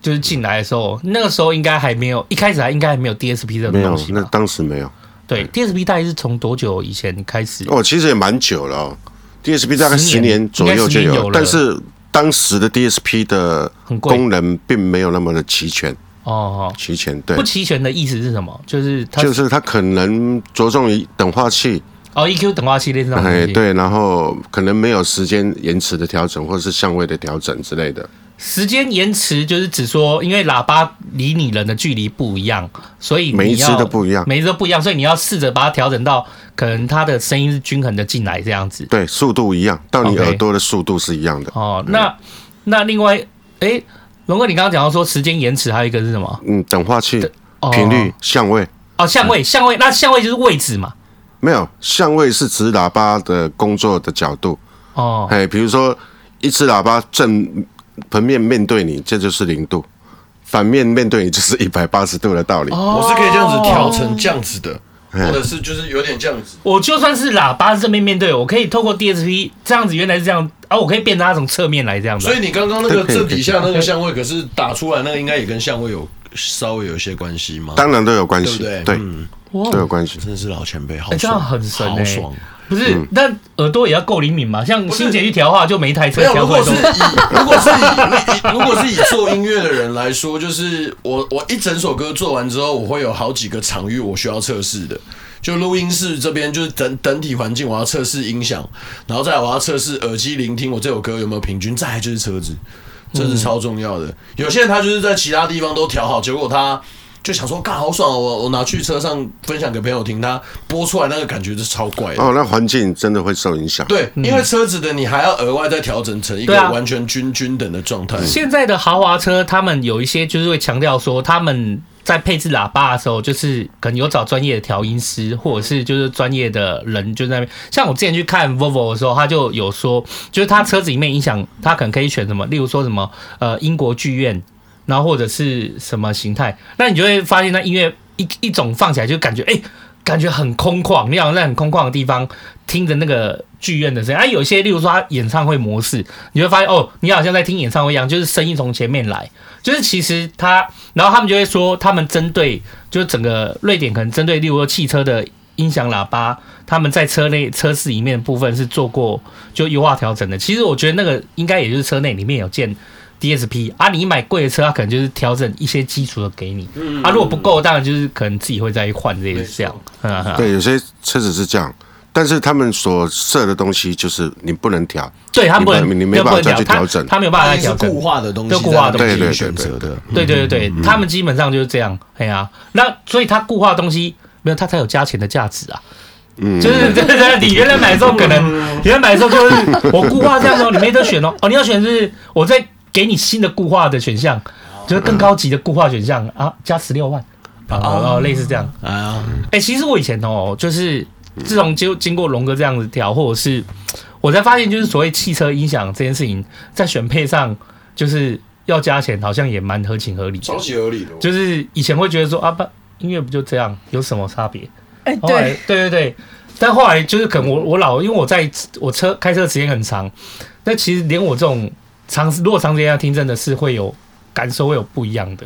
就是进来的时候，那个时候应该还没有，一开始还应该还没有 DSP 这种
没有
东西
那
吧？
当时没有。
对，DSP 大概是从多久以前开始？
哦，其实也蛮久了、哦、，DSP 大概
十
十
年
年左右就
应该十年
有，
有了
但是当时的 DSP 的
很贵
功能并没有那么的齐全，
哦，哦
齐全对
不，齐全的意思是什么？就是它
就是它可能着重于等化器，
哦，EQ 等化系列这种东
哎
西，，
对，然后可能没有时间延迟的调整或是相位的调整之类的，
时间延迟就是指说，因为喇叭离你人的距离不一样，所以你要
每一只都不一样
每一只都不一样，所以你要试着把它调整到可能它的声音是均衡的进来这样子。
对，速度一样，到你
OK
耳朵的速度是一样的。
哦，那那另外，诶，龙哥，你刚刚讲到说时间延迟，还有一个是什么？
嗯，等化器、
哦
频率、相位，
哦，相
嗯
位，相位，那相位就是位置嘛。
没有相位是指喇叭的工作的角度，
哦，
哎，比如说一只喇叭正盆面面对你，这就是零度；反面面对你就是一百八十度的道理。
哦
我是可以这样子调成这样子的，
嗯
或者是就是有点这样子，
我就算是喇叭正面面对，我可以透过 DSP 这样子，原来是这样啊，我可以变成它从侧面来这样子。啊
所以你刚刚那个正底下那个相位，可是打出来那个应该也跟相位有稍微有一些关系吗？
当然都有关
对
系，
不对？
对，
嗯
哇
都有关系。
真的是老前辈，好爽，
哎这样很神
好
欸
爽。
不是，那耳朵也要够灵敏嘛。像
是
欣姐去调话，就每一台车
没有，
调
如
过
果
来
是
都
以 [laughs] 如果是以如果是以做音乐的人来说，就是我我一整首歌做完之后，我会有好几个场域我需要测试的。就录音室这边，就是整整体环境，我要测试音响，然后再来我要测试耳机聆听，我这首歌有没有平均，再来就是车子，这是超重要的。有些人他就是在其他地方都调好，结果他就想说，干好爽哦，我我拿去车上分享给朋友听，他播出来那个感觉是超怪的。
哦，那环境真的会受影响。
对，因为车子的你还要额外再调整成一个
嗯对啊
完全均均等的状态。
现在的豪华车，他们有一些就是会强调说，他们在配置喇叭的时候，就是可能有找专业的调音师，或者是就是专业的人就在那边。像我之前去看 Volvo 的时候，他就有说，就是他车子里面音响，他可能可以选什么，例如说什么呃英国剧院，然后或者是什么形态，那你就会发现那音乐一一种放起来就感觉哎。感觉很空旷，你好像在很空旷的地方听着那个剧院的声音。啊，有一些，例如说他演唱会模式，你会发现哦，你好像在听演唱会一样，就是声音从前面来，就是其实他，然后他们就会说，他们针对就是整个瑞典可能针对，例如说汽车的音响喇叭，他们在车内车室里面的部分是做过就优化调整的。其实我觉得那个应该也就是车内里面有建 DSP 啊，你买贵的车，它可能就是调整一些基础的给你啊，如果不够，当然就是可能自己会再去换这些这样。
对，有些车子是这样，但是他们所设的东西就是你不能调，
对他们不
你
能，
没你没办法
他们不能
再去
调
调整
他他没有办法
它
再
是
调整。
固化的东西，
就固化的东
在
西
那边自己选择的。
对对
嗯
对对，他们基本上就是这样。哎呀，那所以他固化的东西没有，他才有加钱的价值啊。嗯，就是对对对，你原来买的时候可能，
嗯
原来买的时候就是我固化这样哦，你没得选哦，哦你要选是我再给你新的固化的选项，就是更高级的固化选项啊，加十六万啊，哦类似这样。
哎呀，
哎、其实我以前哦，就是自从经经过龙哥这样子调，或者是我才发现，就是所谓汽车音响这件事情，在选配上就是要加钱，好像也蛮合情合理的
超。级合理的。
就是以前会觉得说啊，不，音乐不就这样，有什么差别？
哎，
后来
对，
对对对，但后来就是可能我我老，因为我在我车开车时间很长，那其实连我这种长如果长时间要听，真的是会有感受会有不一样的，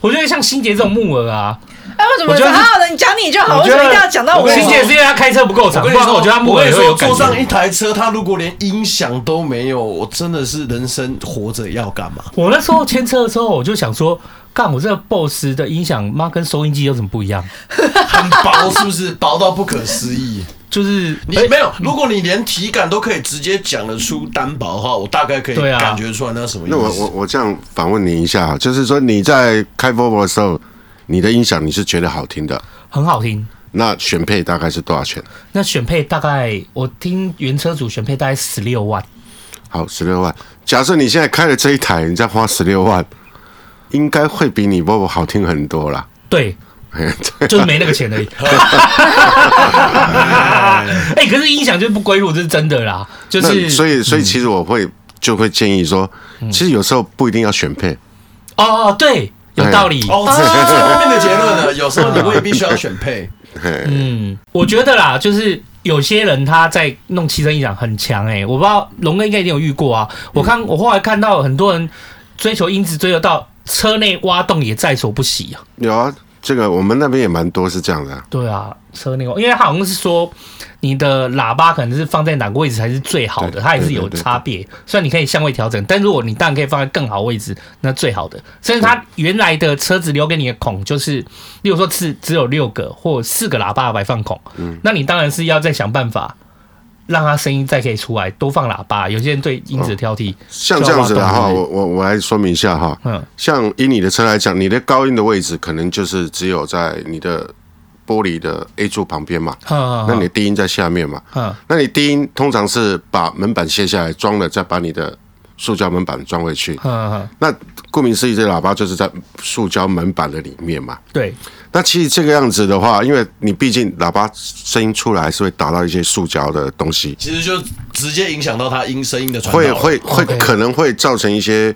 我觉得像欣杰这种木耳啊，
哎，为什么
我觉得
好
是
好的你讲你就好，
我
啊为
觉
什么
得
一定要讲到我？
跟你
欣
说
杰是因为他开车不够长，不然我觉得他木
我跟
耳
你
也会
说，
有感
坐上一
觉。
台车，他如果连音响都没有，我真的是人生活着要干
[laughs]
嘛？
我那时候牵车的时候，我就想说，干我这个 BOSS 的音响，妈跟收音机有什么不一样？
很薄是不是？薄到不可思议。
就是
你没有，如果你连体感都可以直接讲得出单薄的话，我大概可以
对啊
感觉出来那什么意思。
那我我我这样反问你一下，就是说你在开 Volvo 的时候，你的音响你是觉得好听的，
很好听。
那选配大概是多少钱？
那选配大概，我听原车主选配大概十六万，
好，十六万。假设你现在开了这一台，你再花十六万，应该会比你 Volvo 好听很多啦。 [laughs]
对，
嘿对
就是没那个钱
[laughs]
而已。哎、可是音响就是不归路，这是真的啦。就
那
是
所以所以其实我会就会建议说，其实有时候不一定要选配，
哦，对，有道
哎
理。
哦，这是最后面的结论了。有时候你未必需要选配，
嗯，我觉得啦，就是有些人他在弄汽车音响很强哎、我不知道龙哥应该一定有遇过啊。我看我后来看到很多人追求音质，追求到车内挖洞也在所不惜啊。
有啊，这个我们那边也蛮多是这样的啊、
对啊，车内挖，因为他好像是说你的喇叭可能是放在哪个位置才是最好的，
对
它也是有差别。虽然你可以相位调整，但如果你当然可以放在更好位置，那最好的。甚至它原来的车子留给你的孔就是，例如说是只有六个或四个喇叭的摆放孔，
嗯
那你当然是要再想办法。让它声音再可以出来，多放喇叭。有些人对音质挑剔，
像这样子
就
的
要挖
哈，
洞
我我我来说明一下哈。
嗯，
像以你的车来讲，你的高音的位置可能就是只有在你的玻璃的 A 柱旁边嘛，
那
哦那你的低音在下面嘛。
嗯
那你低音通常是把门板卸下来装了，再把你的塑胶门板装回去。
嗯嗯，
那顾名思义，这喇叭就是在塑胶门板的里面嘛。
对，
那其实这个样子的话，因为你毕竟喇叭声音出来是会打到一些塑胶的东西，
其实就直接影响到他音声音的传导
会
了。
会会
OK
可能会造成一些，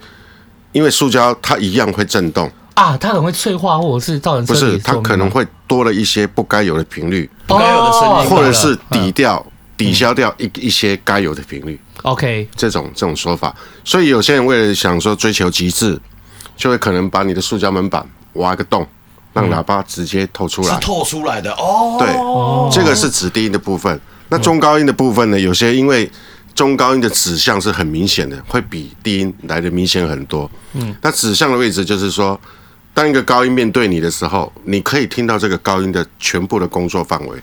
因为塑胶它一样会震动，
啊，它可能会脆化，或者是造成
不
车体
是
的
它
寿命
可能
吗
会多了一些不该有的频率，
不该有的声音
哦
明白
或者是抵掉、抵消掉一一些该有的频率。
OK，
这种这种说法。所以有些人为了想说追求极致，就会可能把你的塑胶门板挖个洞，让喇叭直接透出来。
是透出来的哦。
对，这个是指低音的部分。那中高音的部分呢？有些因为中高音的指向是很明显的，会比低音来的明显很多。嗯，那指向的位置就是说，当一个高音面对你的时候，你可以听到这个高音的全部的工作范围。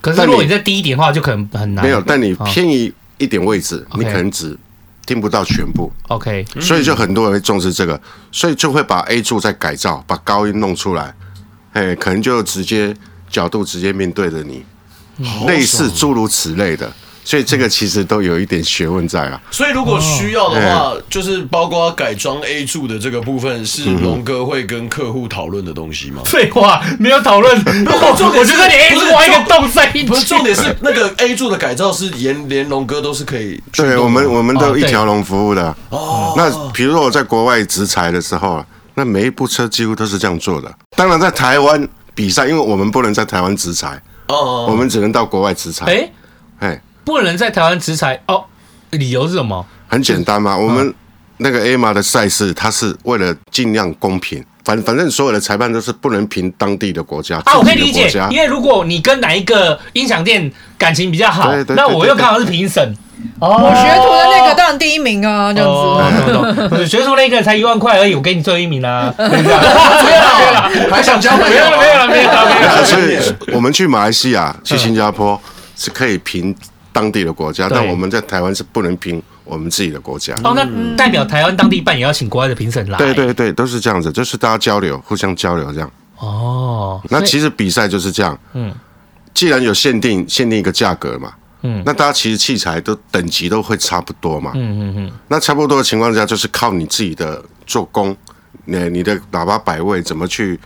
可是
但
如果
你
你再低一点的话，就可能很难。
没有，但你
哦
偏移一点位置，你
OK
可能只听不到全部。
OK，
所以就很多人会重视这个，所以就会把 A 柱再改造，把高音弄出来，哎，可能就直接角度直接面对着你，类似诸如此类的。所以这个其实都有一点学问在啊，
所以如果需要的话，
嗯
就是包括改装 A 柱的这个部分，是龙哥会跟客户讨论的东西吗？
废话，没有讨论。
重
[laughs] 我
点
我
是
觉得你 A
不是
是挖一个洞塞进
不是，
去，
重点是那个 A 柱的改造是连连龙哥都是可以去动的。
对我们我们
哦
都
对
一条龙服务的。哦，那比如说我在国外执裁的时候啊，那每一部车几乎都是这样做的。当然在台湾比赛，因为我们不能在台湾执裁，
哦
我们只能到国外执裁。
[laughs] 哎，
哎，
不能在台湾直裁哦。理由是什么？
很简单
嗯
嘛，我们那个 A 玛的赛事，它是为了尽量公平，反反正所有的裁判都是不能凭当地的国家，
啊，我可以
自己
理
的国
解，
家
因为如果你跟哪一个音响店感情比较好
对，对
那
对
我
对
又
对
刚好是评审。
我
我
学徒的那个当然第一名啊，
[laughs]
这样子。
哦，懂懂懂，学出那个才一万块而已，我给你最后一名
[laughs]
啦。没有了，
还想交朋
没有
友
了，没有了，没有
啊
了。
所以我们去马来西亚、去新加坡是可以凭当地的国家，
对
但我们在台湾是不能凭我们自己的国家。
哦，那代表台湾当地办也要请国外的评审来。
嗯对对对，都是这样子，就是大家交流，互相交流这样。
哦，
那
所以
其实比赛就是这样，
嗯
嗯，既然有限定限定一个价格嘛，
嗯
嗯，那大家其实器材都等级都会差不多嘛，
嗯嗯嗯，
那差不多的情况下，就是靠你自己的做工，你你的喇叭摆位怎么去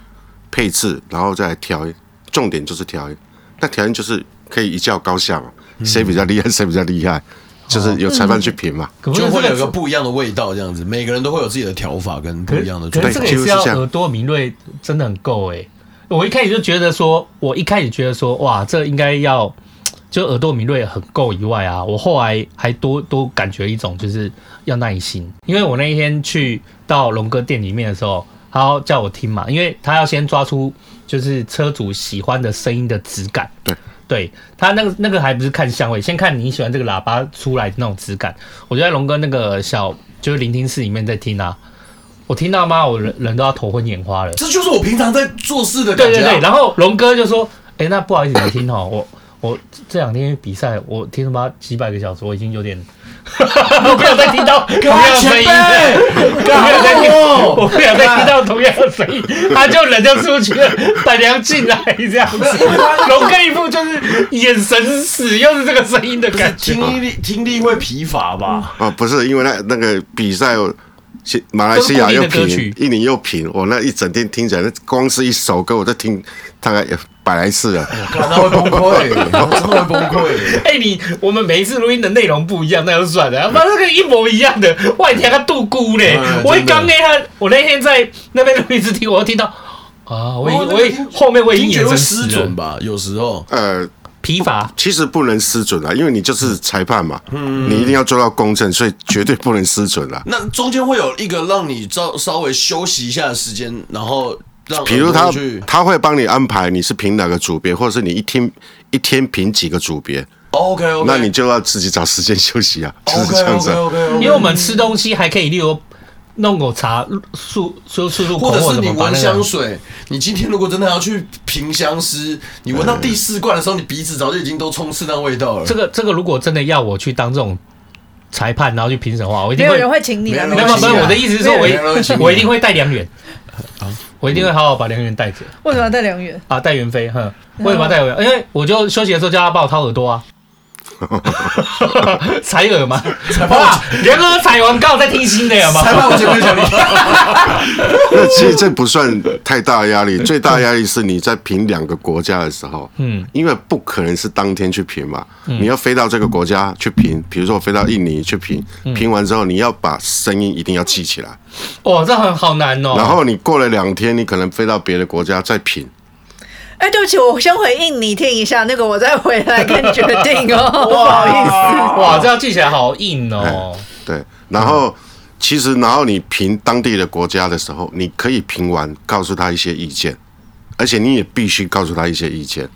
配置，然后再来调音，重点就是调音。那调音就是可以一较高下嘛，
嗯
谁比较厉害，谁比较厉害，就是有裁判去评嘛。
可不
就是会
这
有一个不一样的味道，这样子，每个人都会有自己的调法跟不
可
一样的
可
状
是
态
这。个也
对
是
几乎
要
是这样
耳朵敏锐，真的很够哎、我一开始就觉得说，我一开始觉得说，哇，这应该要就耳朵敏锐很够以外啊，我后来还多多感觉一种就是要耐心，因为我那一天去到龙哥店里面的时候，他要叫我听嘛，因为他要先抓出就是车主喜欢的声音的质感。
对，
对他那个那个还不是看相位，先看你喜欢这个喇叭出来的那种质感。我就在龙哥那个小就是聆听室里面在听啊，我听到妈，我人人都要头昏眼花了。
这就是我平常在做事的感
对
觉、
对
啊。
对，然后龙哥就说：“哎、那不好意思，你听哦，我我这两天比赛，我听他妈几百个小时，我已经有点， [laughs] 我没有
[laughs]
再听到同样的
干
声
前
音，
辈，
我没有再听，
干我
[laughs] 我没有再听到同样的声音，他就人就出去了，板娘进来
[laughs]
这样子，龙哥一副就是眼神死，又是这个声音的感觉。”
听力听力会疲乏吧？
[laughs] 哦，不是，因为那那个比赛，西马来西亚又
都是固定的歌
平
曲，
印尼又平，我那一整天听起来，那光是一首歌我就听大概有百来次了。
嗯
我靠，那会崩溃，
[laughs]
真的会崩溃。
哎、你我们每一次录音的内容不一样，那就算了。妈，那个一模一样的，我还听他度孤嘞
嗯。
我一
真的
刚那他，我那天在那边录音室听，我听到啊，我已
哦那个
我已
听
后面我已经
听觉
眼
会
神
失
死了
准，吧？有时候
呃，
疲乏。
其实不能失准啊，因为你就是裁判嘛，你一定要做到公正，所以绝对不能失准啊。
那中间会有一个让你稍稍微休息一下的时间，然后让
比如他
耳朵去
他会帮你安排你是评哪个组别，或者是你一天一天评几个组别，
OK OK，
那你就要自己找时间休息啊，就是
OK
这样子
OK
啊。
OK，
因为我们吃东西还可以，例如弄口茶、速速速度
或
口
者
或
是
怎
你
么把
闻
那
香
个。
水，你今天如果真的要去评香师，你闻到第四罐的时候，你鼻子早就已经都充斥那味道了。
这个这个，如果真的要我去当这种裁判，然后去评审的话，我一
没
定
有
会
人会请你啊，
没
没
有
有
人
没
会请你啊
有，不是我的意思是说，我
没有啊人会请
一
你
我一定会带良缘，我一定会好好把良缘带着。
为什么要带良缘？
啊，戴元飞，哼，
嗯
为什么要戴元飞？因为我就休息的时候叫他帮我掏耳朵啊， [laughs] 采耳嘛，哇，连哥采完告再听新的有
裁
吗？
判，我前面讲你，
[laughs] 那其实这不算太大压力，最大压力是你在评两个国家的时候，
嗯，
因为不可能是当天去评嘛，你要飞到这个国家去评，比如说我飞到印尼去评，
嗯
评完之后你要把声音一定要记起来，
哇，这很好难哦。
然后你过了两天，你可能飞到别的国家再评，
哎，对不起，我先回应你听一下，那个我再回来跟决定哦，不好意思。
哇，哇，这要记起来好硬哦。
哎
对，然后其实然后你评当地的国家的时候，你可以评完告诉他一些意见，而且你也必须告诉他一些意见，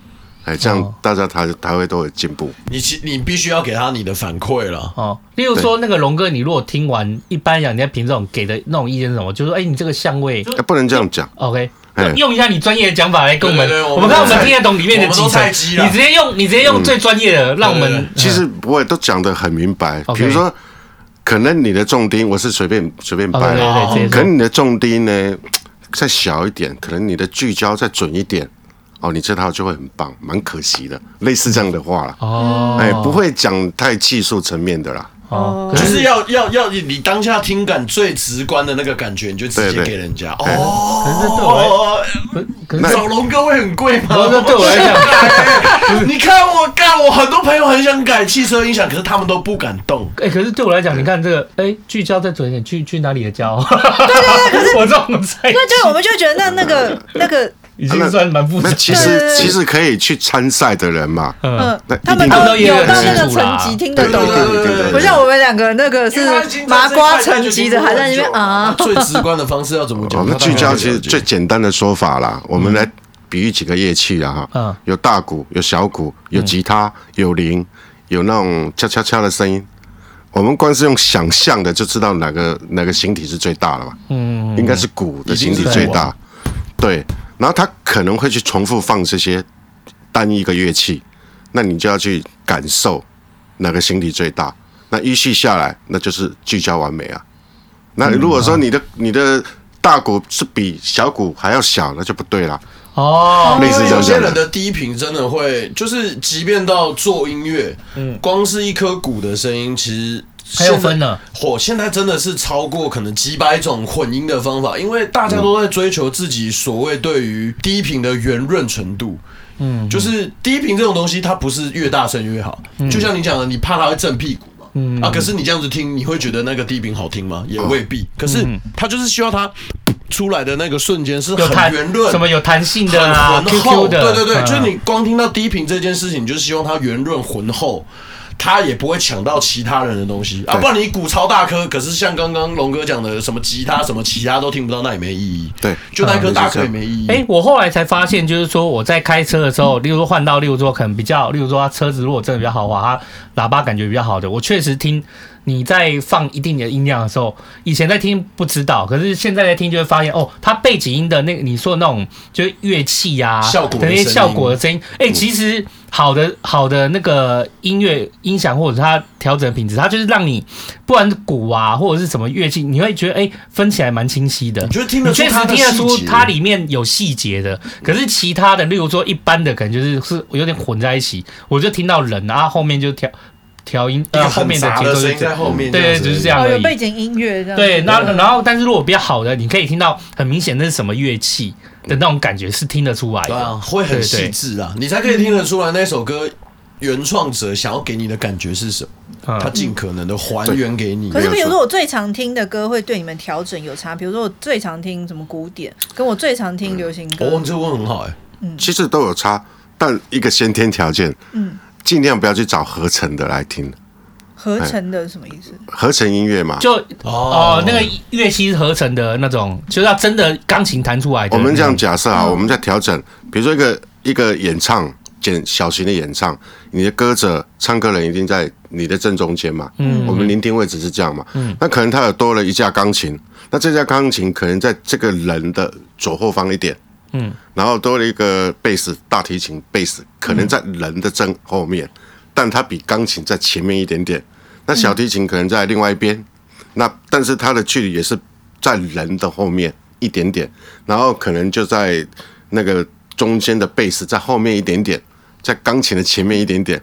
哎，这样
哦
大家才才会都有进步。
你其你必须要给他你的反馈了。
哦，例如说那个龙哥，你如果听完一般讲你在评这种给的那种意见是什么，就说哎，你这个相位
哎，不能这样讲，
，OK。
哎
用一下你专业的讲法来跟我们
对对对，我
我
们
们看我
都
们
菜
听得懂里面的
我们都
几层
菜鸡。啦
你直接用，你直接用最专业的，让我
对
们
其实不会都讲得很明白。
OK
比如说，可能你的重低，我是随便随便
哦对
掰
对对
的，
直接说
可能你的重低呢再小一点，可能你的聚焦再准一点，哦，你这套就会很棒，蛮可惜的，类似这样的话啦。
哦，
嗯
哎，不会讲太技术层面的啦。
哦，可
就是是要要要你你当下听感最直观的那个感觉，你就直接
对对
给人家
对
哦。
可是这对我来
哦，
可是
那
找龙哥会很贵吗？
不是对我来 [laughs]
讲，你看我干，我很多朋友很想改汽车音响，可是他们都不敢动。
哎、可是对我来讲，你看这个，哎、聚焦再准一点，聚聚哪里的焦？对对对，可是 [laughs] 我这种菜
对对，我们就觉得那那个那个，
已经算蛮复杂
那
的。
其
对
实
对对
其实可以去参赛的人嘛，
嗯
嗯，
那
他们
一定
都
都有
有到那
人
个
数啦
层级听得懂
对对
啊
对。
不像我们两个那个是麻瓜层级的，还在那边啊。
最直观的方式要怎么
我
讲？
们
他大概
哦聚焦
了解嗯
其实最简单的说法啦，我们来比喻几个乐器啦哈，
嗯
有大鼓，有小鼓，有吉他，有铃，有那种敲敲敲的声音。我们光是用想象的就知道哪个哪个形体是最大的嘛，嗯，应该是鼓的形体最大，对。然后他可能会去重复放这些单一个乐器，那你就要去感受哪个形体最大。那依序下来，那就是聚焦完美啊。那如果说你的、你的大鼓是比小鼓还要小，那就不对啦。
哦，
类
因
似
为
这
有
样
些人
的。
的低频真的会，就是即便到做音乐，嗯，光是一颗鼓的声音，其实
还有分呢
现在。嚯，现在真的是超过可能几百种混音的方法，因为大家都在追求自己所谓对于低频的圆润程度。嗯，就是低频这种东西，它不是越大声越好。
嗯
就像你讲的，你怕它会震屁股嘛。嗯啊，可是你这样子听，你会觉得那个低频好听吗？
啊
也未必。可是它就是需要它出来的那个瞬间是
嗯有
很
弹
圆润，
什么有弹性的
很
啊
浑厚，
，QQ 的，
对对对，
嗯
就是你光听到低频这件事情，你就希望它圆润浑厚。他也不会抢到其他人的东西啊。
对
不然你鼓超大颗，可是像刚刚龙哥讲的，什么吉他什么其他都听不到，那也没意义。
对
就那一颗
嗯
大
就是这
颗
样
也没意义。
哎、我后来才发现，就是说我在开车的时候，例如说换到，例如说可能比较，例如说它车子如果真的比较豪华，它喇叭感觉比较好的，我确实听你在放一定的音量的时候，以前在听不知道，可是现在在听就会发现，哦，它背景音的那个你说的那种就是乐器呀、啊，
效果的
那些
声音嗯
效果的声音，哎、其实好的好的那个音乐音响或者它调整的品质，它就是让你不管是鼓啊或者是什么乐器，你会觉得哎、分起来蛮清晰的，
你觉得听得
你
出
确
它
实
的
听得出
细节
它里面有细节的，可是其他的，例如说一般的，可能就是是有点混在一起，我就听到人啊，后面就调调音，
一
呃，
个
后面
很杂
节奏
的
就
声音
这
在
样
后面，
嗯对
子
对就是这样
哦，
而已
有背景音乐这样。
对，那然后但是如果比较好的，你可以听到很明显那是什么乐器的那种感觉是听得出来
对
的。
啊，会很细致啊，你才可以听得出来那首歌原创者想要给你的感觉是什么，
嗯
他尽可能的还原给你。
可是，比
没有
如
错
说我最常听的歌会对你们调整有差，比如说我最常听什么古典，跟我最常听流行歌，
嗯
哦，你这个问得很好哎、
其实都有差，但一个先天条件，
嗯，
尽量不要去找合成的来听，
合成的是什么意思？
合成音乐嘛。
就
哦
哦、那个乐器是合成的那种，就是要真的钢琴弹出来的
我
那种。
们这样假设啊，我们在调整，比如说一个一个演唱，简小型的演唱，你的歌者唱歌人一定在你的正中间嘛，嗯，我们聆听位置是这样嘛，嗯，那可能他有多了一架钢琴，那这架钢琴可能在这个人的左后方一点，嗯，然后多了一个贝斯大提琴贝斯，可能在人的正后面，但它比钢琴在前面一点点，那小提琴可能在另外一边，那但是它的距离也是在人的后面一点点，然后可能就在那个中间的贝斯在后面一点点，在钢琴的前面一点点。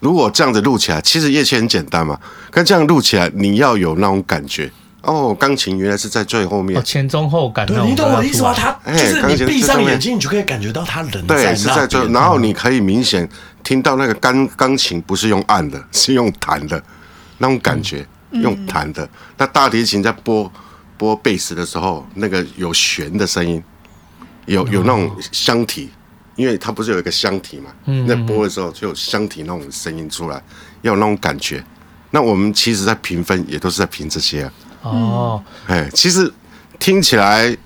如果这样子录起来，其实乐器很简单嘛，但这样录起来你要有那种感觉哦，钢琴原来是在最后面，
哦前中后感那
对
种
你懂我的
要
意思
出来
吗？他
哎
就是你
钢琴
闭
在
上
上面
眼睛，你就可以感觉到他人
对，是
那
在最，
边。哦
然后你可以明显听到那个钢钢琴不是用按的，是用弹的，那种感觉，
嗯
用弹的。那大提琴在拨拨贝斯的时候，那个有弦的声音，
哦
有有那种箱体，因为它不是有一个箱体嘛，
嗯
那拨的时候就有箱体那种声音出来，要有那种感觉。那我们其实在评分也都是在评这些、啊，
哦，
哎，其实听起来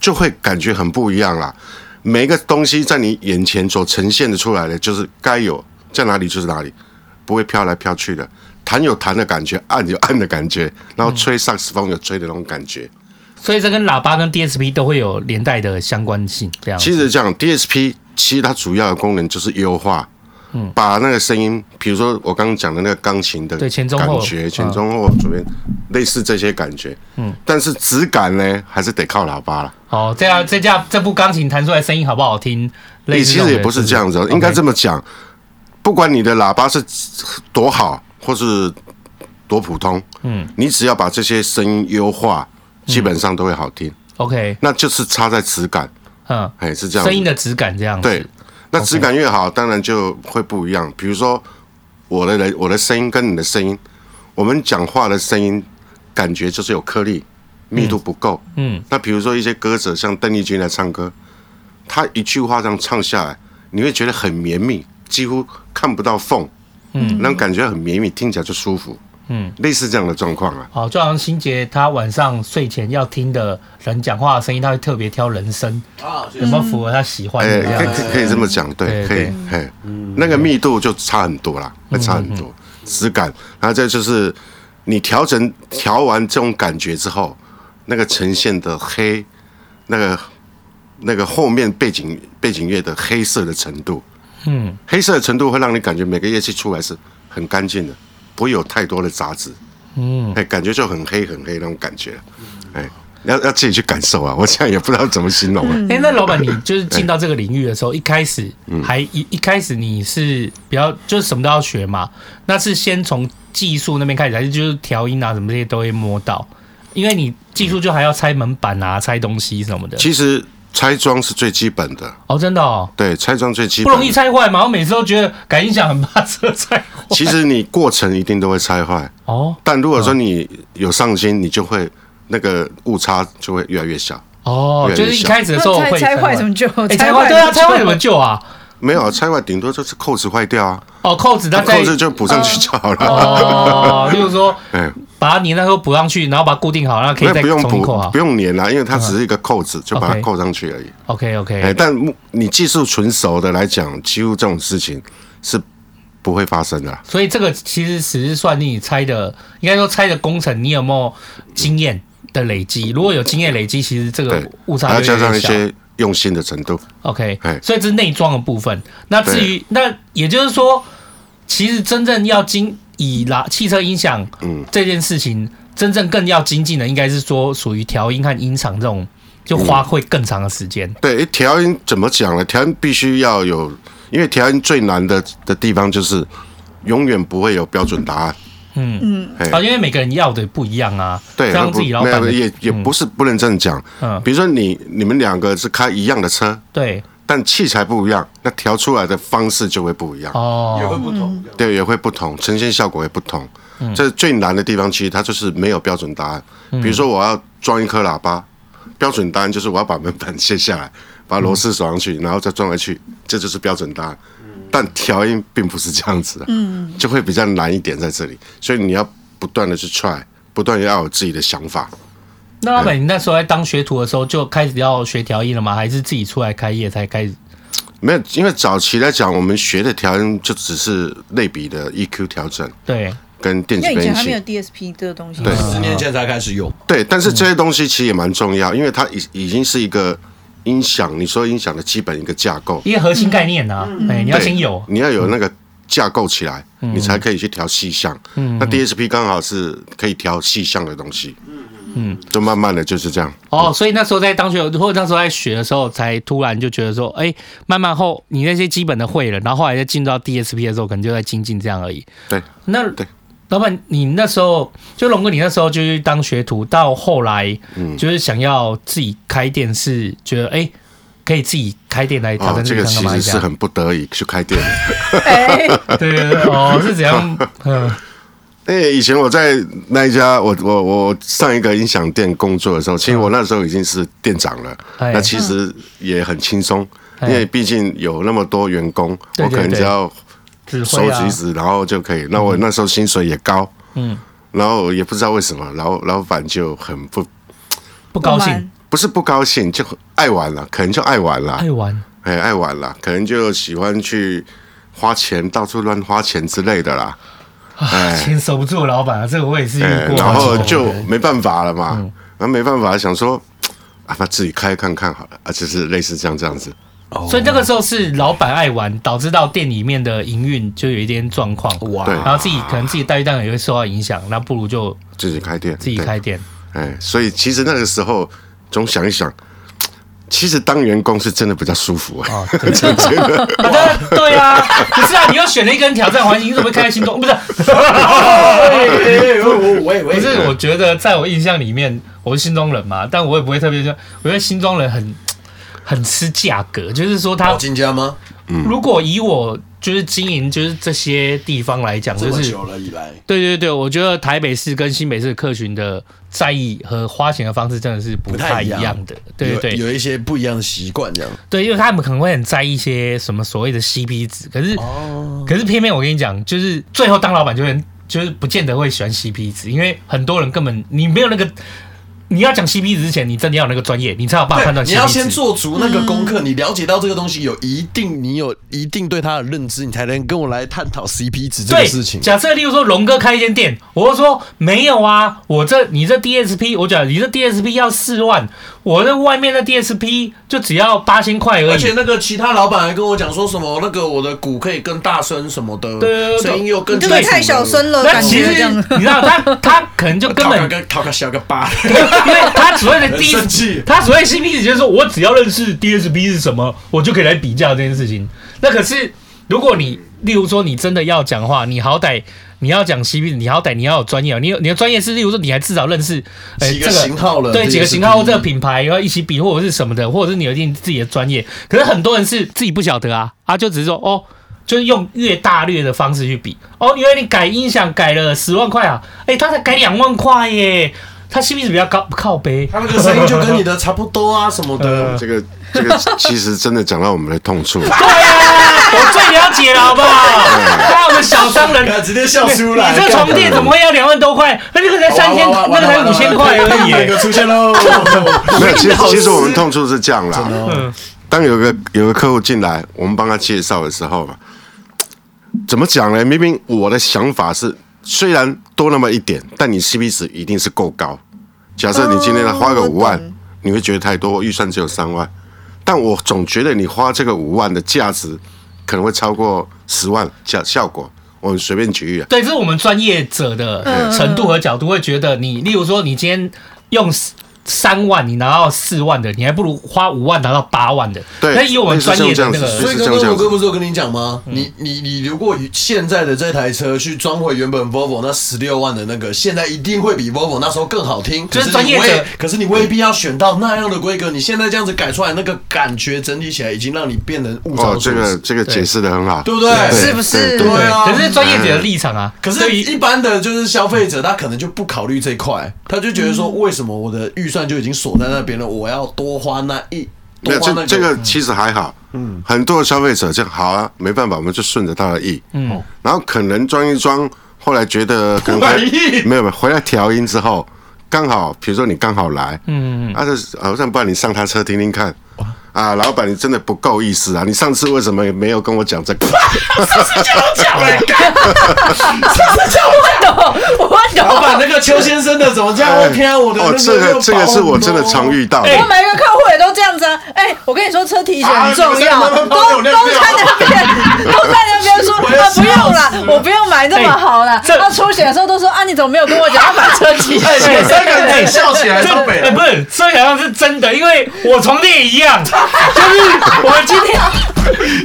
就会感觉很不一样啦。每一个东西在你眼前所呈现的出来的，就是该有在哪里就是哪里，不会飘来飘去的。弹有弹的感觉，按有按的感觉，然后吹萨克斯风有吹的那种感觉。
所以这跟喇叭跟 DSP 都会有连带的相关性，这样子。
其实这样 DSP 其实它主要的功能就是优化，把那个声音，比如说我刚刚讲的那个钢琴的
嗯对前中后
感觉，
嗯
前中后左边，类似这些感觉。嗯，但是质感呢，还是得靠喇叭了。
哦，这样这架这部钢琴弹出来声音好不好听？类
你
似
其
这种
实
的
也不是这样子哦，应该这么讲。不管你的喇叭是多好，或是多普通，嗯，你只要把这些声音优化，基本上都会好听。
OK，
那就是差在质感，
嗯，
哎，是这样子。
声音的质感这样子。
对，那质感越好，当然就会不一样。比如说，我的人，我的声音跟你的声音，我们讲话的声音感觉就是有颗粒，密度不够。
嗯，
那比如说一些歌者，像邓丽君来唱歌，她一句话这样唱下来，你会觉得很绵密，几乎看不到缝。嗯，那种感觉很绵密，听起来就舒服。嗯，类似这样的状况啊。
哦，就好像欣杰他晚上睡前要听的人讲话的声音，他会特别挑人声，
啊，
有没有符合他喜欢
哎、
的这
可以
样
可
子？
以可以这么讲，对，
对
可以
对，嗯
嘿，那个密度就差很多啦，会差很多，质感，然后再就是你调整调完这种感觉之后，那个呈现的黑，那个那个后面背景背景乐的黑色的程度，嗯，黑色的程度会让你感觉每个乐器出来是很干净的，不会有太多的杂质，嗯，哎，感觉就很黑很黑那种感觉，哎，要要自己去感受啊，我现在也不知道怎么形容了、啊
嗯
哎、那老板，你
嗯
就是进到这个领域的时候，一开始还一一开始你是比较就是什么都要学嘛？那是先从技术那边开始，还是就是调音啊什么这些都会摸到？因为你技术就还要拆门板啊、拆东西什么的。
嗯其实拆装是最基本的，
哦，真的哦，
对，拆装最基
不
本的。
容易拆坏嘛。我每次都觉得改音响很怕车拆坏。
其实你过程一定都会
[laughs]
拆坏，
哦
但如果说你有上心，你就会那个误差就会越来越小。
哦，
越来
就
越
是一
小
开始的时候
拆
会
拆坏什么旧
哎，？拆
拆
坏
坏
对
什么
啊，拆坏
旧
怎么救啊？
没有啊，拆坏顶多就是扣子坏掉啊，
哦，扣子它在
扣子就补上去就好了。
哦，例如说
[laughs] 哎，
把你那个补上去，然后把它固定好，然后可以
那
再
不用
重新
补
扣好
不。用粘啊啦，因为它只是一个扣子，就把它
OK
扣上去而已。
OK
哎，
OK，
但目你技术纯熟的来讲，几乎这种事情是不会发生的啦。啊
所以这个其实只是算你拆的，应该说拆的工程，你有没有经验的累积？如果有经验累积，其实这个
对，
误差
还要
就
加
会
上
越
一
小。
些用心的程度。
OK，
哎
所以这是内装的部分。那至于那也就是说，其实真正要精以啦汽车音响
嗯
这件事情，真正更要精进的，应该是说属于调音和音场这种，就
嗯
花费更长的时间。
对，诶调音怎么讲呢？调音必须要有，因为调音最难的的地方就是永远不会有标准答案。
嗯
嗯，
啊，因为每个人要的不一样啊，
对，
这样
不
自己老
没有
板的
也也不是不能这样讲。
嗯
比如说你你们两个是开一样的车，
对
但器材不一样，那调出来的方式就会不一样，
也会
哦，
不同。
对，也会不同，呈现效果也不同。这最难的地方，其实它就是没有标准答案。比如说我要装一颗喇叭，标准答案就是我要把门板卸下来，把螺丝锁上去，然后再装回去，这就是标准答案。
嗯
但调音并不是这样子的，嗯，就会比较难一点在这里，所以你要不断的去 try，不断的要有自己的想法。
那老板，你那时候在当学徒的时候就开始要学调音了吗？还是自己出来开业才开始？
没有，因为早期来讲，我们学的调音就只是类比的 EQ 调整
对，
跟电
因为
子
以前
编
还没有
辑。
DSP 这个东西，
对
十年前才开始用，
对，但
嗯
是这些东西其实也蛮重要，因为它已已经是一个音响，你说音响的基本一个架构，
一个核心概念啊，哎，你要先有
对，你要有那个架构起来，
嗯
你才可以去调细项。那 DSP 刚好是可以调细项的东西。嗯嗯，就慢慢的就是这样。
哦，所以那时候在当学徒或者那时候在学的时候，才突然就觉得说，哎、慢慢后你那些基本的会了，然后后来再进到 DSP 的时候，可能就在精进这样而已。
对，
那
对
老板，你那时候就龙哥，你那时候就是当学徒，到后来
嗯
就是想要自己开店是，觉得哎、可以自己开店来挑
哦
战，
这个
看
其
干嘛
实
一
是
下。
很不得已去开店的。
哎，
对对对，哦，是怎样？
[laughs]
嗯，
哎、以前我在那一家，我我我上一个音响店工作的时候，其实我那时候已经是店长了，
嗯哎
那其实也很轻松，
哎
因为毕竟有那么多员工，
对
我可能
对
只要
指挥
收
啊
橘，子，然后就可以。那我那时候薪水也高，
嗯，
然后也不知道为什么，老老板就很不
不高
我
兴
们，
不是不高兴，就很爱玩了，可能就爱玩了，
爱玩，
哎、爱玩啦，可能就喜欢去花钱，到处乱花钱之类的啦。哎
钱守不住，老板啊，这个我也是遇
哎
过。
然后就没办法了嘛，
嗯
然后没办法，想说啊，那自己开看看好了，啊，就是类似这样这样子。
哦所以那个时候是老板爱玩，导致到店里面的营运就有一点状况，
哇
对
然后自己可能自己待遇当然也会受到影响，那不如就
自己开店，
自己
对
开，店。
哎，所以其实那个时候总想一想，其实当员工是真的比较舒服啊。 [laughs]
哦，真的，啊当然对啊，不是啊，你又选了一个人挑战环境，你怎么会开心动？不
[laughs]
是，
哎喂
不
喂
是，我觉得在我印象里面，我是新中人嘛，但我也不会特别说，我觉得新中人很很吃价格，就是说他
要进家吗？
如果以我就是经营就是这些地方来讲，
这
就
么
是
久了以来，
对对对，我觉得台北市跟新北市的客群的在意和花钱的方式真的是不太一样的。对对
有
对
有一些不一样的习惯这样。
对，因为他们可能会很在意一些什么所谓的 CP 值，可是、
哦
可是偏偏我跟你讲，就是最后当老板就会就是不见得会喜欢 CP 值，因为很多人根本你没有那个。你要讲 CP 值之前，你真的要有那个专业，你才有办法判断 CP 值。
你要先做足那个功课，你了解到这个东西有一定，你有一定对它的认知，你才能跟我来探讨 CP 值这
对，
个事情。
假设例如说龙哥开一间店，我就说没有啊，我这你这 DSP，我讲你这 DSP 要四万，我这外面的 DSP 就只要八千块而
而且
已。
那个其他老板还跟我讲说什么，那个我的鼓可以更大声什么的，
对
声音又更
你这个
清楚
太小声了，
那
感
其
觉
实
这
[laughs]
样。
你知道他他可能就根
讨
本
个，跟讨个小个八，
因为他所谓的 D，
生气
他所谓 CP 值就是说我只要认识 DSP 是什么，我就可以来比较这件事情。那可是如果你例如说你真的要讲话，你好歹。你要讲 CP，值你好歹你要有专业啊，你有你的专业是，例如说你还至少认识，哎、
几
这
个
个
型号了，
对
这
几
也
个
是
型号
第
或
一
这个品牌要一起比，或者是什么的，或者是你有一定自己的专业。可是很多人是自己不晓得啊，啊，就只是说哦，就是用越大略的方式去比。哦，因为你改音响改了十万块啊，哎，他才改两万块耶，他 CP 值比较高，靠背。
[laughs] 他那个声音就
[laughs]
跟你的差不多啊什么的
嗯， [laughs]
这个这个其实真的讲到我们的痛处，
对啊，我最了解了，好不好？
[laughs]
那啊我们小商人，
看直接笑出来。
你这床垫怎么会要两万多块？那这个才三千，
哇哇哇
那个才五千块
完了完了
而
那
已。
个出现喽。
[laughs]
[laughs]
没有，其实其实我们痛啊处是这样啦。
嗯
[laughs] 当有个有个客户进来，我们帮他介绍的时候嘛，怎么讲呢？明明我的想法是，虽然多那么一点，但你 CP 值一定是够高。假设你今天花个
哦
五万，
我懂
你会觉得太多，预算只有三万，但我总觉得你花这个五万的价值可能会超过十万效效果。我们随便举例啊，
对，这是我们专业者
嗯
的程度和角度，会觉得你，例如说，你今天用三万，你拿到四万的，你还不如花五万拿到八万的。
对
那以我们专业的那
类
个
似这样子
所以刚刚我哥不是有跟啊你讲吗？
嗯
你你你如果现在的这台车去装回原本 Volvo 那十六万的那个，现在一定会比 Volvo 那时候更好听。
就是
可你
专业者
未可是你未必要选到那样的规格。你现在这样子改出来，那个感觉整体起来已经让你变成物超
哦，
所
这
值，
个这个解释的很好，
对不对？
对
是不是
对对
对啊
可是专业者的立场啊，
可是，
对于
一般的就是消费者，他可能就不考虑这一块，他就觉得说，为什么我的预算就已经锁在那边了，我要多花那一多
没有，
花那
这这个其实还好，嗯，很多的消费者这样好啊，没办法，我们就顺着他的意，嗯，然后可能装一装，后来觉得可
[laughs]
能
不满
回
意
没有没有，回来调音之后，刚好比如说你刚好来，嗯，啊，这好像不然你上他车听听看。啊，老板，你真的不够意思啊！你上次为什么没有跟我讲这
[laughs]
个？
啊
[laughs] 我懂。
老板那个邱先生的怎么这样？我天啊，我的那
哦，这
个
个这个是我真的
哦
常遇到的。
哎
我每个客户也都这样子啊！哎、我跟你说，车体检很重要，
啊你们在那边
都都
帮我
在
量表
那边，都在那边说
我要
啊，不用啦
笑死，了
我不用买这么好啦。
哎这
他出险的时候都说啊，你怎么没有跟我讲要买
[laughs]
车体检？
哎，三个人笑起来超北
哎、
了。
不是，所以好像是真的，因为我床垫也
[laughs]
一样，就是我今天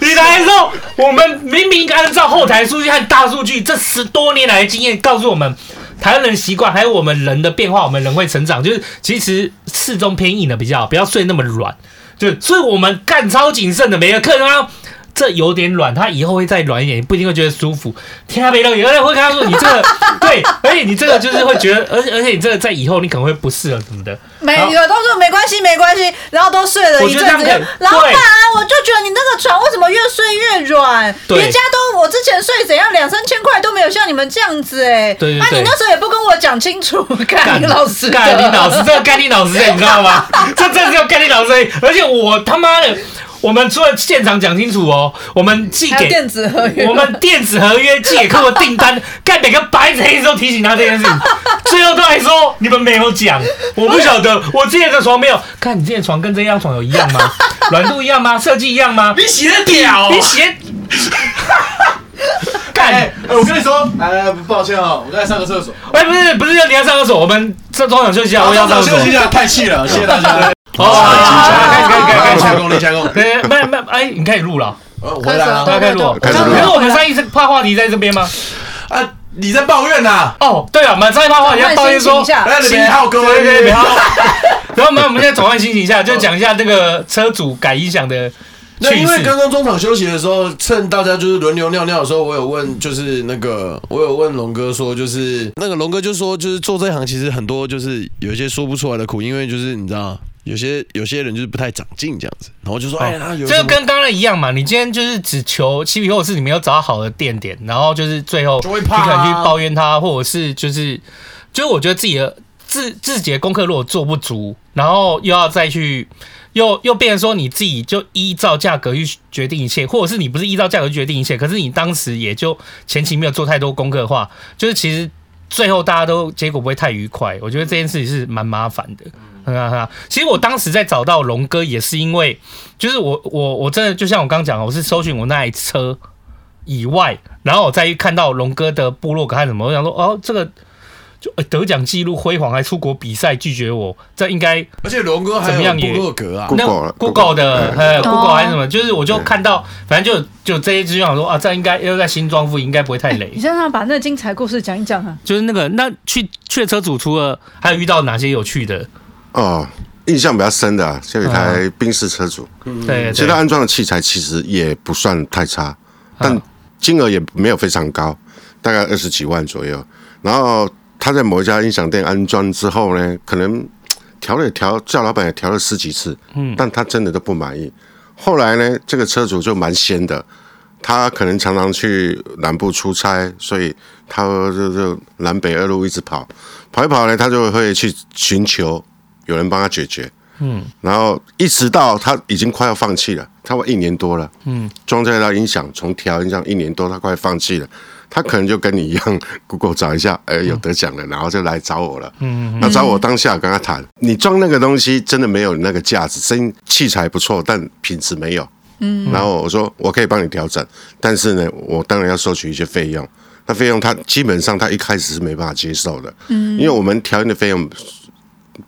你来的时候，我们明明按照后台数据和大数据这十多年来的经验告诉我们。台湾人习惯，还有我们人的变化，我们人会成长，就是其实适中偏硬的比较好，不要睡那么软。就是，所以我们干超谨慎的，每个客人啊，这有点软，他以后会再软一点，不一定会觉得舒服。天啊，没东西，而且会跟他说你这个对，而且你这个就是会觉得，而且而且你这个在以后你可能会不适合什么的。
每个都说没关系，没关系，然后都睡了一阵
我
子
觉得这样可以。
老板
对
啊，我就觉得你那个床为什么越睡越软？
对
人家都我之前睡怎样两三千块都没有像你们这样子哎、
对对
啊，
对
你那时候也不跟我讲清楚，干你老师的，
盖林老师，这个盖林老师，欸
[laughs]
你知道吗？这真的是盖林老师，欸而且我他妈的，我们除了现场讲清楚哦，我们寄
还有
给
电子合约，
我们电子合约寄给客户
[laughs]
订单，干每个白纸黑字都提醒他这件事，最后都还说你们没有讲，我不晓得，我之前的床没有，看你之前的床跟这张床有一
[laughs]
样吗？软度一样吗？设计一样吗？
你写的屌
你写，
[laughs] 哎
干。
哎，哎我跟你说，来来，抱歉啊，我刚才上个厕所，
哎，不是不是，你要上厕所，我们这中场休息一下，啊
哦
我要上厕所
休。息一下，太气了，谢谢大家。
好好好好好好
加工，你加工，
对，没没，哎，你开始录了，
哦
呃我回来了
大家开始录了。
开始录了
可是我们上一次怕话题在这边吗？
啊！你在抱怨呐？
哦，对啊，我们上一次怕话题在抱怨说，
啊
哎，你别好，各位，
对对
你
对
别好。
[laughs] 然后我们我们现在转换心情一下，就讲一下那个车主改音响的
那
趣
因为刚
事。哦
刚中场休息的时候，趁大家就是轮流尿尿的时候，我有问，就是那个我有问龙哥说，就是那个龙哥就说，就是做这行其实很多就是有一些说不出来的苦，因为就是你知道。有些有些人就是不太长进这样子，然后就说：“哎，他有
哦这
什
个
么
跟刚刚一样嘛，你今天就是只求七皮，或者是你没有找到好的店点，然后就是最后
就会
你
怕啊
可能去抱怨他，或者是就是就是我觉得自己的自自己的功课如果做不足，然后又要再去又又变成说你自己就依照价格去决定一切，或者是你不是依照价格去决定一切，可是你当时也就前期没有做太多功课的话，就是其实最后大家都结果不会太愉快。我觉得这件事情是蛮麻烦的。
嗯
很啊很啊！其实我当时在找到龙哥也是因为，就是我我我真的就像我刚刚讲的，我是搜寻我那台车以外，然后我再去看到龙哥的部落格和什么，我想说哦，这个就呃得奖记录辉煌，还出国比赛拒绝我，这应该
而且龙哥还
怎么
有
样也
部落格啊，
Google
那
了
Google 的呃 Google
哦
还是什么，就是我就看到，反正就就这些资讯，我想说啊，这样应该要在新庄附近应该不会太累
你。现在把那个精彩故事讲一讲啊！
[laughs] 就是那个那去去车主除了还有遇到哪些有趣的？
哦，印象比较深的、啊，就有一
嗯
台宾士车主，
对，
其
对嗯
他安装的器材其实也不算太差，但金额也没有非常高，大概二十几万左右。然后他在某一家音响店安装之后呢，可能嘖调了也调，叫老板也调了十几次，嗯，但他真的都不满意。后来呢，这个车主就蛮仙的，他可能常常去南部出差，所以他就就南北二路一直跑，跑一跑呢，他就会去寻求有人帮他解决。嗯，然后一直到他已经快要放弃了，他一年多了，嗯，装在到音响从调音响一年多，他快放弃了，他可能就跟你一样 [laughs] ，Google 找一下，哎，有得奖了，然后就来找我了，嗯，那找我当下跟他谈，你装那个东西真的没有那个价值，声音器材不错，但品质没有，嗯，然后我说我可以帮你调整，但是呢，我当然要收取一些费用，那费用他基本上他一开始是没办法接受的，嗯，因为我们调音的费用。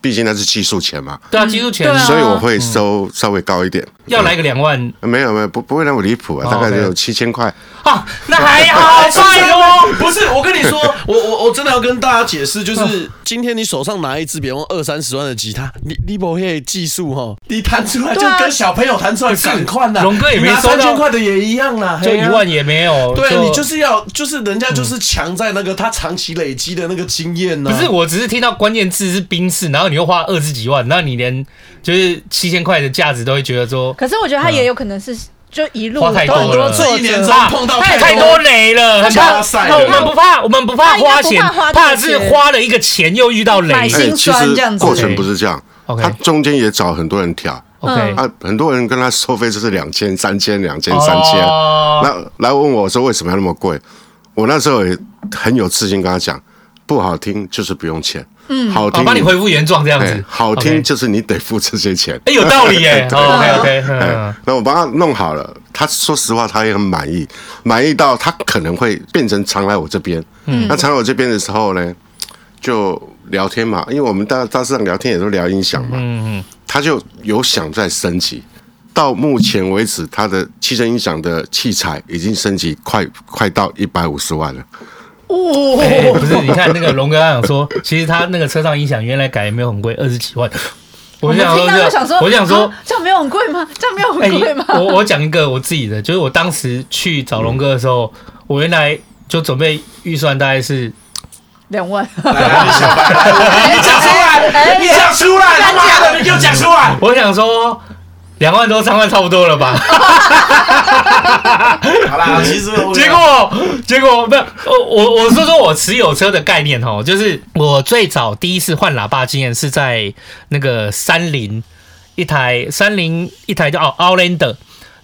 毕竟那是技术钱嘛，
对啊，技术钱
对啊
所以我会收稍微高一点。嗯
要来个两万
没有没有不不会那么离谱啊，
哦
大概
OK
就七千块。
啊，那还 [laughs] 好，拜
哦
托。
不是，我跟你 [laughs] 说，我我我真的要跟大家解释，就是今天你手上拿一支，比方二三十万的吉他，你你不会技术哦哈，你弹出来就跟小朋友弹出来赶快啦。
龙哥也没
你拿
收到
三千块的也一样啦，
就
嘿
一
啊
万。也没有，
对你就是要，就是人家就是强在那个他长期累积的那个经
啊
验啊呢、
不是，我只是听到关键字是冰室，然后你又花二十几万，那你连就是七千块的价值都会觉得说
可是我觉得他也有可能是就一路
嗯花太
都
多
很
了
多挫
这一年
折
中。碰到
啊太
太
多雷了，很怕
加赛
那
了
我们不怕，我们不怕花钱，
他应该不怕花这个
怕的是
钱
花了一个钱又遇到雷
买。心
哎其
酸这样
实
子
过程不是这样，
OK
他中间也找很多人调，
OK，
啊，很多人跟他收费就是两千、三千、两千、三千。
哦
那来问我说为什么要那么贵？我那时候也很有自信跟他讲，不好听就是不用钱，嗯，好
好，
听
哦帮你恢复原状这样
哎
子，
好
OK
听就是你得付这些钱。
哎，有道理
[laughs]
耶。OK OK，
哎
嗯，
那我帮他弄好了，他说实话，他也很满意，满意到他可能会变成常来我这边。嗯，那常来我这边的时候呢，就聊天嘛，因为我们大大致上聊天也都聊音响嘛，嗯嗯，他就有想在升级。到目前为止，他的汽车音响的器材已经升级快快到一百五十万了。
哎不是，你看那个龙哥他想说，其实他那个车上音响原来改也没有很贵，二十几万。 [laughs] 我
我们
就想
听
说这
到
个，
就想说，
我就想说
啊，这样没有很贵吗？这样没有
哎、
很贵吗？
我我讲一个我自己的，就是我当时去找龙哥的时候，我原来就准备预算大概是，
两万，
你讲出来，你讲出
[laughs]
来，他妈的，你给我讲出来！
我想说两万多三万差不多了吧，
好啦，其实我
结果结果没有，我我我是说我持有车的概念哦，就是我最早第一次换喇叭经验是在那个三菱一台三菱一台叫哦 Outlander。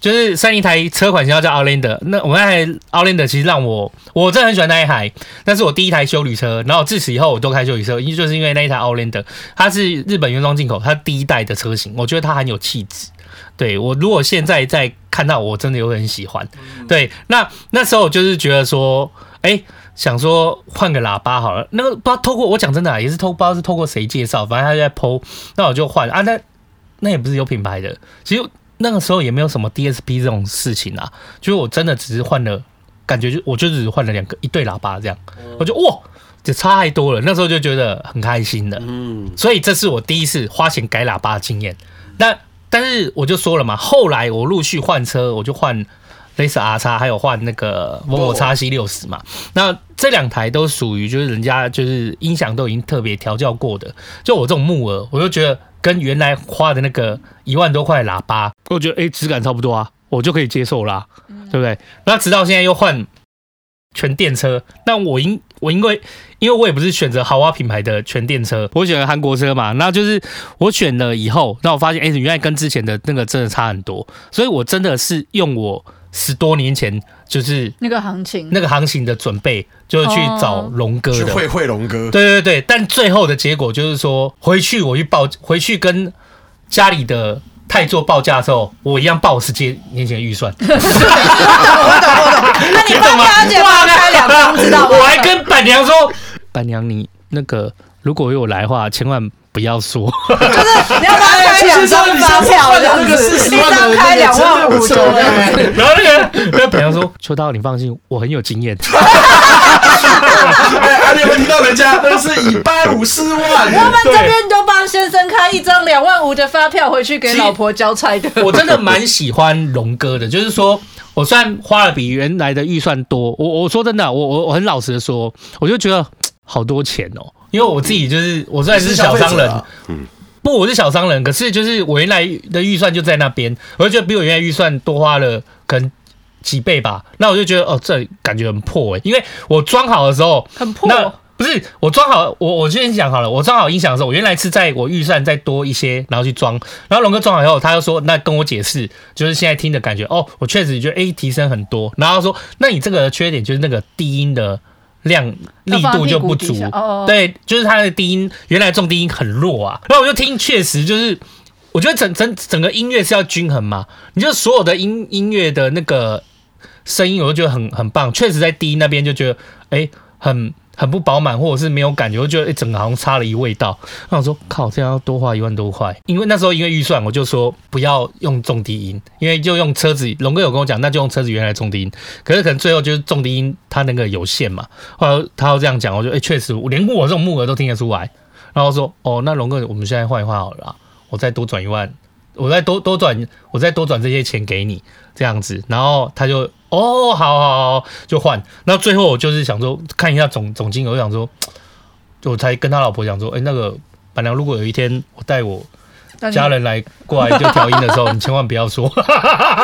就是三菱一台车款型号叫 Outlander，那我们那台 Outlander 其实让我我真的很喜欢那一台，那是我第一台修旅车，然后自此以后我都开修旅车，因为就是因为那一台 Outlander，它是日本原装进口，它第一代的车型，我觉得它很有气质。对我如果现在再看到，我真的有很喜欢。对，那那时候我就是觉得说，哎、想说换个喇叭好了。那个不知道透过我讲真的、啊，也是透不知道是透过谁介绍，反正他就在 PO，那我就换啊。那那也不是有品牌的，其实那个时候也没有什么 DSP 这种事情啊，就是我真的只是换了，感觉就我就只是换了两个一对喇叭这样，我就哇。这差太多了，那时候就觉得很开心的，嗯，所以这是我第一次花钱改喇叭的经验。那但是我就说了嘛，后来我陆续换车，我就换类似 R 叉，还有换那个 Volvo x C 六十嘛。那这两台都属于就是人家就是音响都已经特别调教过的，就我这种木耳，我就觉得跟原来花的那个一万多块喇叭，
我觉得哎，质感差不多啊，我就可以接受啦，
对不对？那直到现在又换全电车，那我因我因为因为我也不是选择豪华品牌的全电车，
我选了韩国车嘛，那就是我选了以后，那我发现哎、原来跟之前的那个真的差很多，所以我真的是用我十多年前就是
那个行情，
那个行情的准备，就是去找龙哥
哦去
的。
会会龙
[laughs]
哥，
对对对，但最后的结果就是说，回去我去报，回去跟家里的泰做报价的时候，我一样报我十几年前的预算，
那你帮他姐帮他开两张，知道吗？
我还跟板娘说，板娘你那个如果有我来的话，千万不要说。
就是你要帮他开两张发票，这样子，一张开两万五左右。
[laughs] 然后那个那个板娘说，秋刀你放心，我很有经验。
哎，啊，你有没有听到人家那是一百五十
他
万？
们这边都帮先生开一张两万五的发票回去给老婆交差的。
[laughs] 我真的蛮喜欢龙哥的，就是说我虽然花了比原来的预算多， [laughs] 我我说真的，啊我我我很老实的说，我就觉得好多钱哦，因为我自己就是我虽然是小商
你是消费
人
者啊，
不我是小商人，可是就是我原来的预算就在那边，我就觉得比我原来预算多花了可能几倍吧。那我就觉得哦，这里感觉很破哎、因为我装好的时候
很破
那不是我装好，我我先讲好了，我装好音响的时候，我原来是在我预算再多一些，然后去装。然后龙哥装好以后，他又说，那跟我解释，就是现在听的感觉，哦，我确实觉得 A 提升很多。然后他说，那你这个缺点就是那个低音的量
要
力
放在
度就
屁股
不
底
足
下，哦哦
对，就是他的低音原来重低音很弱啊。然后我就听，确实就是。我觉得整整整个音乐是要均衡嘛，你就所有的音音乐的那个声音，我就觉得很很棒。确实在低音那边就觉得，哎、很很不饱满，或者是没有感觉，我就觉得、哎整个好像差了一味道。那我说靠，这样要多花一万多块，因为那时候因为预算，我就说不要用重低音，因为就用车子。龙哥有跟我讲，那就用车子原来重低音，可是可能最后就是重低音它那个有限嘛。后来他要这样讲，我就哎，确、实，我连我这种木耳都听得出来。然后说哦，那龙哥，我们现在换一换好了啊，我再多转一万，我再多多转，我再多转这些钱给你，这样子。然后他就哦，好好好，就换。那最后我就是想说，看一下总总金额，我想说，就我才跟他老婆讲说，哎、那个板娘，如果有一天我带我
那你
家人来过来就调音的时候，你千万不要说， [laughs]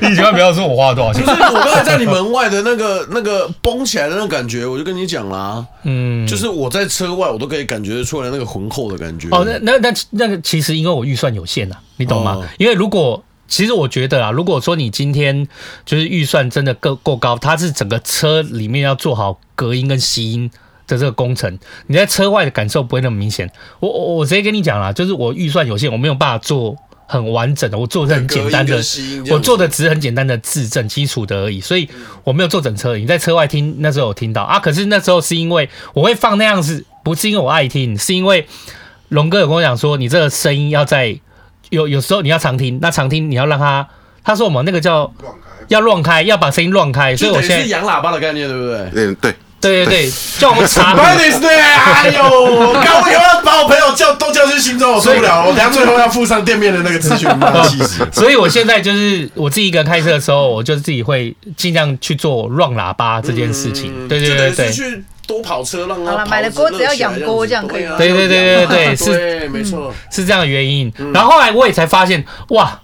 你千万不要说我花了多
[laughs]
少钱。
就是我刚才在你门外的那个 [laughs] 那个绷起来的那个感觉，我就跟你讲啦，
嗯，
就是我在车外，我都可以感觉得出来那个浑厚的感觉。
哦，那那那那个其实因为我预算有限啊，你懂吗？
哦
因为如果其实我觉得啊，如果说你今天就是预算真的够够高，它是整个车里面要做好隔音跟吸音。的这个工程，你在车外的感受不会那么明显。我我我直接跟你讲啦，就是我预算有限，我没有办法做很完整的，我做的很简单
隔音
的
跟吸音这样，子
我做的只是很简单的质证基础的而已，所以我没有做整车。你在车外听那时候有听到啊，可是那时候是因为我会放那样子，不是因为我爱听，是因为龙哥有跟我讲说，你这个声音要在有有时候你要常听，那常听你要让它，他说我们那个叫要乱开，要把声音乱开，所以
就
我
等于
现
是
在
养喇叭的概念，对不对？，
嗯，对，
对对对，叫我们查
Brandon [laughs] 是对啊，哎呦，刚我有要把我朋友叫都叫去新州，我受不了了，我等下最后要附上店面的那个资讯，
[laughs]
妈
哦
气死！
所以我现在就是我自己一个人开车的时候，我就自己会尽量去做乱喇叭这件事情，对对
就
对
等于
对
是。去多跑车，让它
好了
跑
买了
车
锅子
热
要
起来
养锅
样子
这样
对啊
可以对对对对对
对，对没错，
是这样的原因。
嗯
然后后来我也才发现，哇，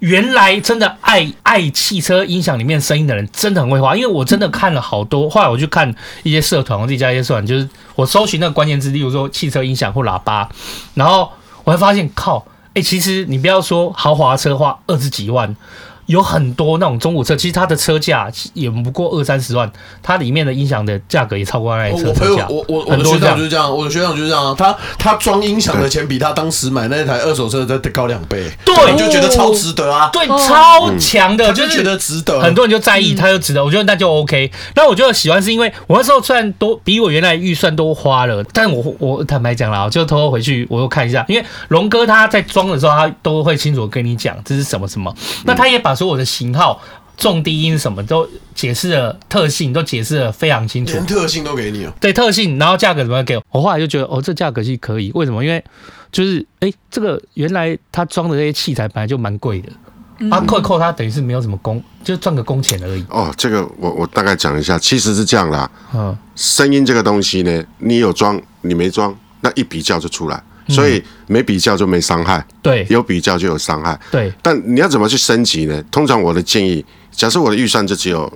原来真的爱爱汽车音响里面声音的人真的很会画，因为我真的看了好
[laughs]
多。后来我去看一些社团，我自己加一些社团，就是我搜寻那个关键字，例如说汽车音响或喇叭，然后我还发现，靠，哎、其实你不要说豪华车花二十几万。有很多那种中古车，其实它的车价也不过二三十万，它里面的音响的价格也超过那哎台
哦
车
我朋
车
友
价。，
我我我
很
的
多
学
这
长
样
就是这样，我的学长就是这样，啊他他装音响的钱比他当时买那台二手车再高两倍，
对
你就觉得超值得啊，
对，超强的，
他
就
就是觉得值得，嗯
很多人就在意，他就值得，我觉得那就 OK。那我觉得喜欢是因为我那时候虽然多比我原来预算多花了，但我我坦白讲啦，我就偷偷回去我又看一下，因为龙哥他在装的时候，他都会清楚跟你讲这是什么什么，
嗯
那他也把所有的型号。重低音什么都解释了，特性都解释的非常清楚
连，特性都给你哦。
对特性，然后价格怎么样给我？我后来就觉得，哦，这价格是可以，为什么？因为就是，哎，这个原来他装的这些器材本来就蛮贵的，啊，扣一扣他等于是没有什么工，就赚个工钱而已，
哦，这个我我大概讲一下，其实是这样啦。
嗯。
声音这个东西呢，你有装，你没装，那一比较就出来，所以没比较就没伤害，
嗯对
有比较就有伤害。
对，
但你要怎么去升级呢？通常我的建议，假设我的预算就只有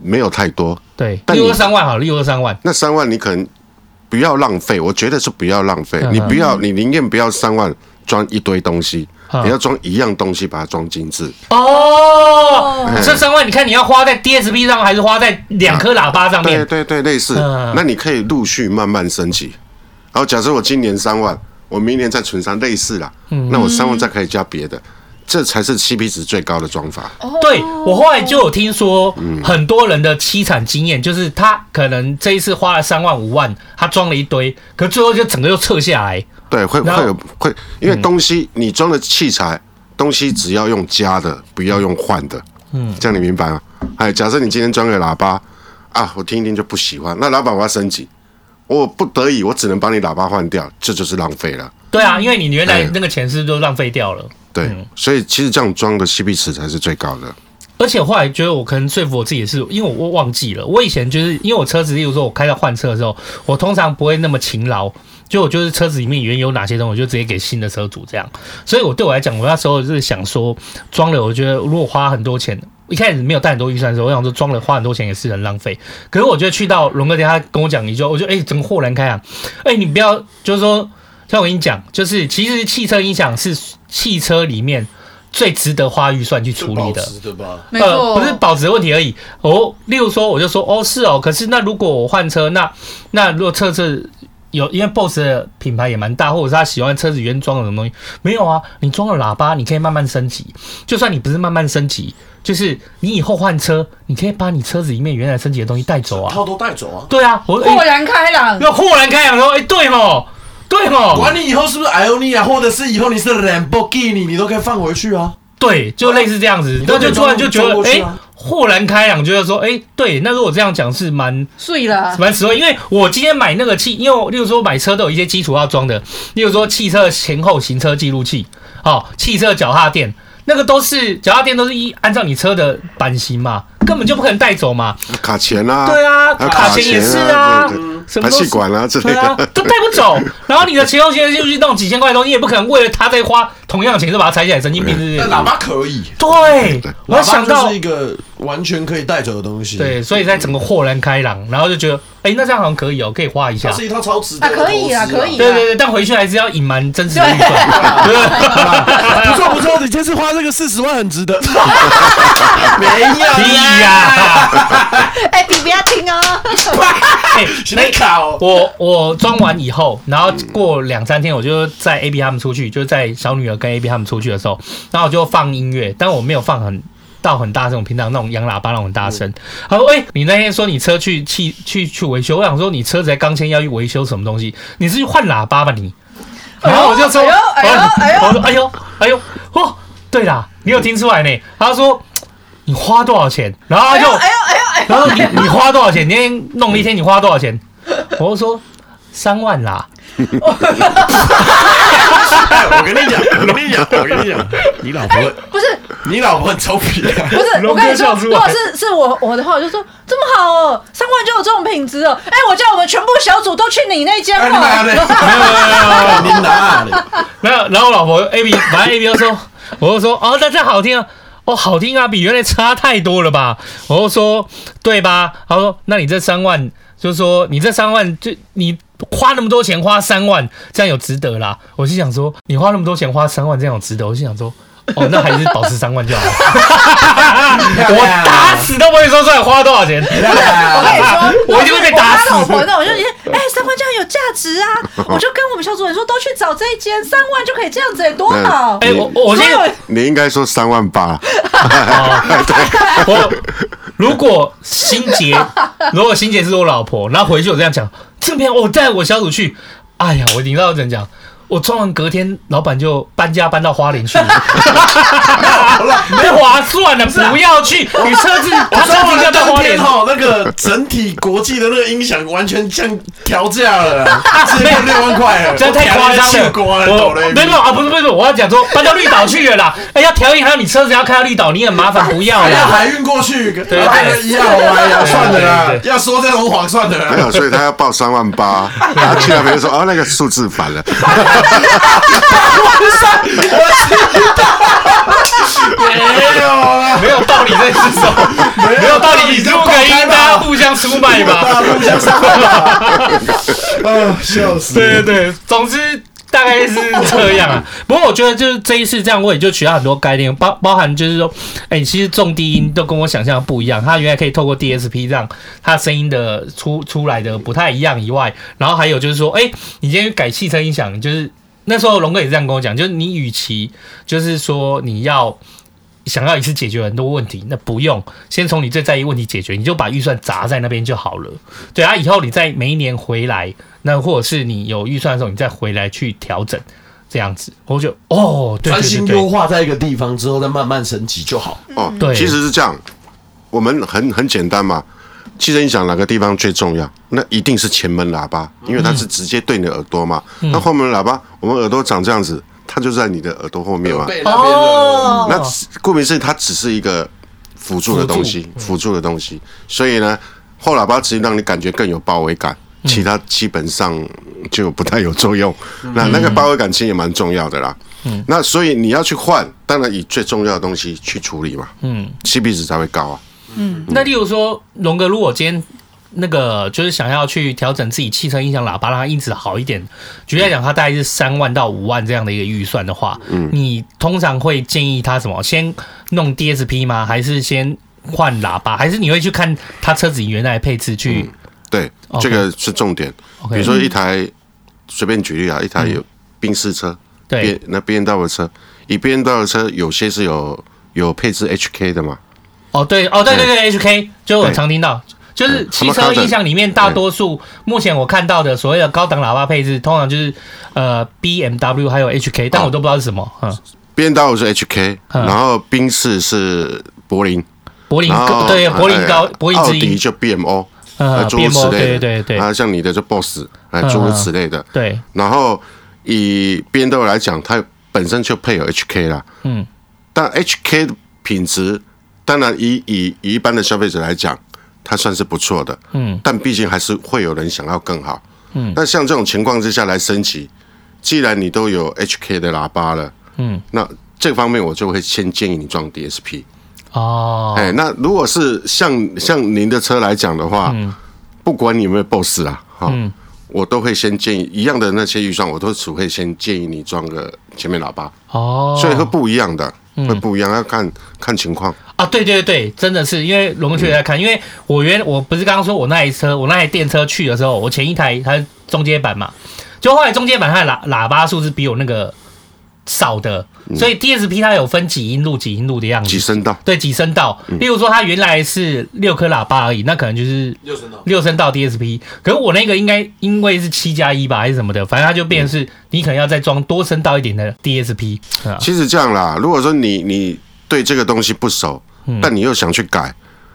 没有太多，
对，
但
六
你
二三万好了，六二三万，
那三万你可能不要浪费，我觉得是不要浪费，
嗯
你不要，你宁愿不要三万装一堆东西，
嗯
你要装一样东西把它装精致。
哦，这三万你看你要花在 DSP 上，还是花在两颗喇叭上
对
面？
对对，类似。
嗯
那你可以陆续慢慢升级。然后假设我今年三万，我明年再存上类似啦，
嗯
那我三万再可以加别的，这才是 CP 值最高的装法。
对我后来就有听说，很多人的凄惨经验就是他可能这一次花了三万五万，他装了一堆，可最后就整个又撤下来。
对，会
然
会
后嗯
有会，因为东西你装的器材，东西只要用加的，不要用换的。嗯，这样你明白吗？哎，假设你今天装个喇叭啊，我听一听就不喜欢，那喇叭我要升级，我不得已我只能把你喇叭换掉，这就是浪费了。
对啊，因为你原来
嗯
那个钱是不是都浪费掉了。
对，所以其实这样装的 CP 值才是最高的。
而且后来觉得我可能说服我自己也是，因为我忘记了，我以前就是因为我车子，例如说我开到换车的时候，我通常不会那么勤劳，就我就是车子里面原有哪些东西，我就直接给新的车主这样。所以我对我来讲，我那时候是想说装了，我觉得如果花很多钱，一开始没有带很多预算的时候，我想说装了花很多钱也是很浪费。可是我觉得去到龙哥家，他跟我讲一句，我就哎、整个豁然开朗。哎、你不要就是说，像我跟你讲，就是其实汽车音响是汽车里面最值得花预算去处理的。
对吧？
没错，
呃，不是保值的问题而已。哦，例如说，我就说，哦，是哦，可是那如果我换车，那那如果车子有，因为 BOSS 的品牌也蛮大，或者是他喜欢车子原装的什么东西，没有啊，你装了喇叭，你可以慢慢升级。就算你不是慢慢升级，就是你以后换车，你可以把你车子里面原来升级的东西带走啊。
套都带走啊！
对啊，我
豁然开朗。
要豁然开朗说，哎、对吼，对吼，
管你以后是不是 Ionia，或者是以后你是 Lamborghini，你都可以放回去啊。
对，就类似这样子，
都
那
可以
就突然就觉
装
得，
过
哎、
去啊
豁然开朗，觉得说，哎、对，那如果这样讲是蛮。
碎了，
蛮实惠，因为我今天买那个器，因为我例如说买车都有一些基础要装的，例如说汽车前后行车记录器，好、汽车脚踏垫，那个都是脚踏垫都是一按照你车的版型嘛，根本就不可能带走嘛。
卡钳啊，
对啊，
还有
卡钳也是啊
对对，
什么
排
都
气
是。
管啊之类
对
[laughs]
啊
的，，
都带不走。然后你的前后行车记录器那种几千块的东西，你也不可能为了它再花同样的钱就把它拆下来，神经病是不
但
是？
喇叭可以，
对，我想
啊喇叭
到
就是一个完全可以带走的东西。
对，，啊所以才整个豁然开朗，然后就觉得，哎，那这样好像可以哦，可以花一下
它。是一套超值的
啊可以啊
投资
可以
对对对，但回去还是要隐瞒真实的预算。
啊
[laughs]
不错不错，你这次花这个四十万很值得。 [laughs] 没
屁
有
[laughs] 呀！
哎，你不要听哦，
哎
没考，
我我装完以后，然后过两三天，我就在 A B 他们出去，就在小女儿跟 A B 他们出去的时候，然后我就放音乐，但我没有放很到很大声，我平常那种扬喇叭那种很大
嗯
声。他说：“哎、你那天说你车去去去去维修，我想说你车子才刚签要去维修什么东西，你是去换喇叭吧你？”然后我就说：“
哎呦哎呦哎呦
我说哎呦哎呦，哦，对啦，你有听出来呢？”他说：“你花多少钱？”然后他
哎
就
呦哎呦哎呦哎呦，
然后你 [laughs] 你花多少钱？你今天弄了一天，你花多少 [laughs] 钱？我就说三万啦。
我跟你讲，我跟你讲，我跟你讲，你老婆，
不是
你老婆很臭皮啊！
不是，我
龙哥
跟你说
笑，出
如
来
果是是我我的话，我就说这么好哦，三万就有这种品质哦。哎，我叫我们全部小组都去你那间
哎你
啊
哪
哦。
里？
没有没有没有没有
你哪里？
然后然后我老婆 A B，反正 A B 就说，我就说哦，那这样好听啊，哦好听啊，比原来差太多了吧？我就说对吧？他说那你这三万，就是说你这三万就你。花那么多钱花三万，这样有值得啦？我是想说，你花那么多钱花三万，这样有值得？我是想说，哦，那还是保持三万就好了。我打死都不会说出来花多少钱。
我跟你说，
啊 [laughs] 我一定会被打死
我老婆那我就觉得，哎，三万这样有价值
[laughs]
啊！我就跟我们小组人说，都去找这一间，三万就可以这样子，多好！
哎、我我我先啊
所以
你应该说三万八，
我如果心
[laughs]
杰，如果心杰是我老婆，然后回去我这样讲，这边我带我小组去，哎呀，我你知道我怎样讲？我装完隔天，老板就搬家搬到花
[laughs]
莲去了，不划算了，不要去。你车子
我
他
说
车子
我
应该
那
在花
当
莲
天，哈，那个整体国际的那个音响完全降调价了啦，直接六万块了，
这太夸张了。
我
我
懂了，
没有没有啊，不是不是，我要讲说搬到绿岛去了啦。哎，要调音，还有你车子要开到绿岛，你很麻烦，不要
还要
啦。
海运过去，
对
然后还有一样哎呀，
对
算了啦
对，对
要说这种谎算了
没
啦，
有，所以他要报三万
[laughs]
八，他去那边说哦，那个数字反了，
没有啦，
没有道理在是什么？没有道理，你不可以大家互相出卖吧？
大陆向上吧，哎，笑死，
对对对，总之大概是这样啊。不过我觉得就是这一次这样，我也就学到很多概念，包包含就是说，哎、其实重低音都跟我想象的不一样。它原来可以透过 DSP 让它声音的出出来的不太一样以外，然后还有就是说，哎、你今天改汽车音响，就是那时候龙哥也这样跟我讲，就是你与其就是说你要。想要一次解决很多问题，那不用先从你最在意问题解决，你就把预算砸在那边就好了。对啊，以后你在每一年回来，那或者是你有预算的时候，你再回来去调整，这样子，我就哦，对
专
对
心
对
优
对，
化在一个地方之后，再慢慢升级就好。
哦，
对
其实是这样，我们很很简单嘛。汽车音响哪个地方最重要？那一定是前门喇叭，
嗯
因为它是直接对你的耳朵嘛。那后门喇叭，我们耳朵长这样子，它就在你的耳朵后面嘛。
被那边的
哦
哦
那只顾名思义，它只是一个辅助嗯的东西，辅助的东西。所以呢，后喇叭只是让你感觉更有包围感，其他基本上就不太有作用。那那个包围感其实也蛮重要的啦。嗯，那所以你要去换，当然以最重要的东西去处理嘛，嗯，CP 值才会高啊。
那例如说，龙哥，如果今天那个就是想要去调整自己汽车音响喇叭，让它音质好一点，举例来讲，它大概是三万到五万这样的一个预算的话，你通常会建议他什么？先弄 DSP 吗？还是先换喇叭？还是你会去看他车子原来的配置去？
对
OK
这个是重点。
OK
比如说一台，随便举例啊，一台有宾士车，
对
B- 那 B N W 的车，以 B N W 的车有些是有有配置 H K 的嘛，
哦，对，哦，对对对，HK，就我常听到，就是汽车音响里面大多数目前我看到的所谓的高档喇叭配置，通常就是呃 BMW 还有 HK，但我都不知道是什么。嗯，
b N W 是 H K，
嗯
然后宾士是柏林，
柏林
然后
对柏林
哎
高柏林
奥
之
迪
音，
就 B M O，啊
呃
诸如此
，BMO，
类的，
对对对
啊，像你的就 Boss，啊，
嗯
诸如此类的。
对，
然后以 B N W 来讲，它本身就配有 H K 啦，
嗯，
但 H K 的品质，当然以以以一般的消费者来讲，它算是不错的，
嗯，
但毕竟还是会有人想要更好，嗯。那像这种情况之下来升级，既然你都有 H K 的喇叭了，嗯，那这方面我就会先建议你装 D S P。
哦，
哎，那如果是像像您的车来讲的话，
嗯
不管你有没有 BOSS 啊，哈、我都会先建议一样的那些预算，我都只会先建议你装个前面喇叭，
哦，嗯
所以会不一样的，会不一样，要看看情况。
啊，对对对，真的是因为龙哥确实在
嗯
看，因为我原我不是刚刚说我那台车，我那台电车去的时候，我前一台它是中阶版嘛，就后来中阶版它的喇喇叭数是比我那个少的，
嗯
所以 DSP 它有分几音路几音路的样
几
子，
声道，
对几声道，
嗯
例如说它原来是六颗喇叭而已，那可能就是
六声道，
六声道 DSP，可是我那个应该因为是七加一吧还是什么的，反正它就变成
嗯
是你可能要再装多声道一点的 DSP 啊，
其实这样啦，如果说你你对这个东西不熟，
嗯
但你又想去改，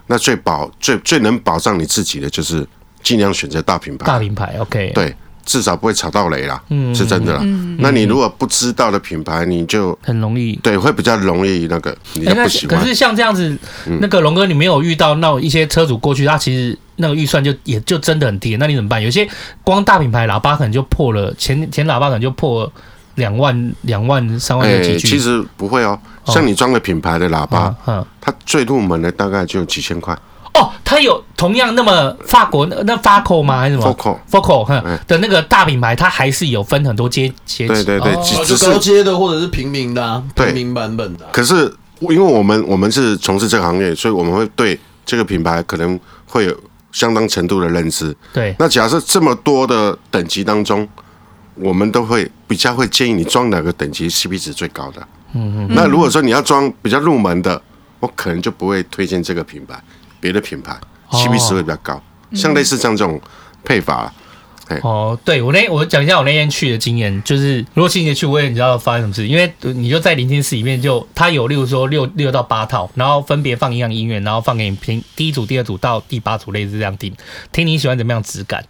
那最保最最能保障你自己的就是尽量选择大品牌，
大品牌嗯 OK，
对，至少不会吵到雷啦，是真的啦。那你如果不知道的品牌，你就
很容易
对会比较容易那个，你
哎
就
那
不喜欢嗯
可。是像这样子，那个龙哥，你没有遇到那种一些车主过去，他其实那个预算就也就真的很低，那你怎么办？有些光大品牌喇叭可能就破了，前前喇叭可能就破两万、两万、三万的
哎，
几句。
其实不会哦，像你装个品牌的喇叭
啊，，嗯，
它最入门的大概就几千块
哦，它有同样那么法国那那 f a c o 吗？还是什么
Focal，
f o c o 哼
嗯
的那个大品牌，它还是有分很多阶阶级。
对对对，
哦
只
哦就
只，
是高阶的或者是平民的、啊，
对
平民版本的啊、
可是因为我们我们是从事这个行业，所以我们会对这个品牌可能会有相当程度的认知。
对，
那假设这么多的等级当中，我们都会比较会建议你装哪个等级 CP 值最高的。嗯嗯。那如果说你要装比较入门的，我可能就不会推荐这个品牌，别的品牌
哦
CP 值会比较高。
嗯
像类似像这种配法啦，
哦，对我那我讲一下我那天去的经验，就是如果星期去，我也你知道发生什么事，因为你就在聆听室里面就，它有例如说六六到八套，然后分别放一样音乐，然后放给你听第一组、第二组到第八组，类似这样听，听你喜欢怎么样质感，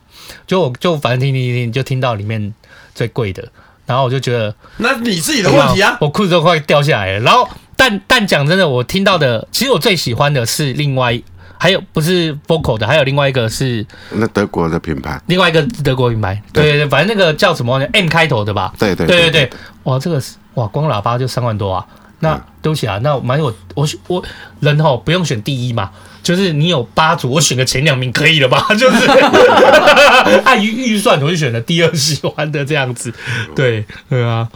就我就反正听听听听，就听到里面最贵的，然后我就觉得
那你自己的问题啊，
我裤子都快掉下来了。然后，但但讲真的，我听到的，其实我最喜欢的是另外一还有不是 vocal 的，还有另外一个是
那德国的品牌，
另外一个德国品牌，对
对
对对，反正那个叫什么呢 M 开头的吧？
对对
对对对，哇，这个是哇，光喇叭就三万多啊！那、对不起啊，那我蛮我我我人吼不用选第一嘛，就是你有八组，我选个前两名可以了吧？ [laughs] 就是碍于预算，我就选了第二喜欢的这样子。对，对啊，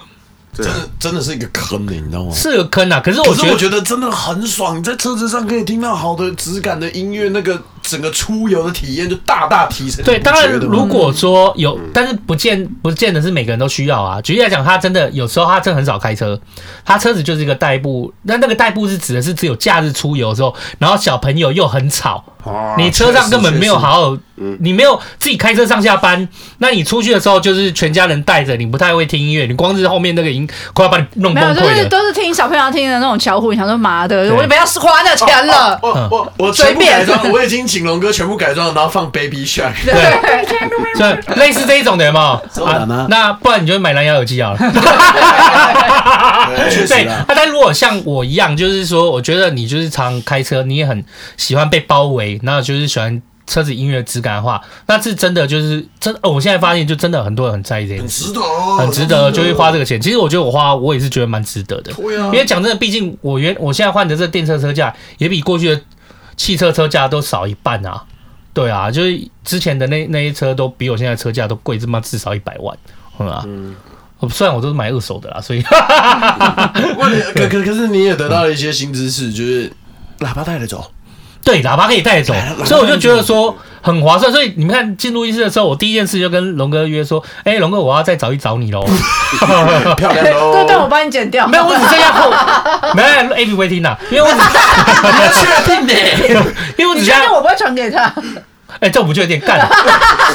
真的真的是一个坑的，你知道吗？
是个坑啊。可是
可
我觉
是
得
我觉得真的很爽，你在车子上可以听到好的质感的音乐，那个整个出游的体验就大大提升。
对，
你不
当然
觉得吗嗯
如果说有，但是不见不见得是每个人都需要啊。举例来讲，他真的有时候他真的很少开车，他车子就是一个代步，那那个代步是指的是只有假日出游的时候，然后小朋友又很吵，
啊
你车上根本没有好好，
嗯
你没有自己开车上下班，那你出去的时候就是全家人带着，你不太会听音乐，你光是后面那个音快要把你弄
没
崩
有，就
溃
是
了。
都是听小朋友听的那种巧虎，你想说妈的，
对哦
我就不要花那钱了。
我我
嗯
我
随
全部
便
改装，我已经请龙哥全部改装，然后放 Baby Shark。
[laughs] 对，像类似这一种的有没有？
当然啊
那不然你就买蓝牙耳机好了。 [laughs]
对确
对
实
啊
啊，，
但如果像我一样，就是说，我觉得你就是常开车，你也很喜欢被包围，然后就是喜欢车子音乐质感的话，那是真的就是真、哦。我现在发现，就真的很多人很在意这件
很
事，
值得哦，
很值得，就会花这个钱。其实我觉得我花，我也是觉得蛮值得的。
对啊
因为讲真的，毕竟我原我现在换的这电车车价也比过去的汽车车价都少一半啊。对啊，就是之前的那那些车都比我现在车价都贵，他妈至少一百万，嗯啊。哦虽然我都是买二手的啦，所以 [laughs]
哇你可可可是你也得到了一些新知识，就是喇叭带着走，
对喇叭可以
[laughs]
带走
来了来，了
所以我就觉得说很划算。所以你们看进录音室的时候，我第一件事就跟龙哥约说：“哎、龙哥，我要再找一找你
[laughs]
喽。
[laughs] 漂亮
对
哦。
对对，我帮你剪掉。”
没有，我只剩下后，没有 A B 会听啦，因为我 [laughs] 只确定的，因为我只
你
剩
确
下
定我不会传给
[laughs]
他？啊不
哎、这我不确定，干，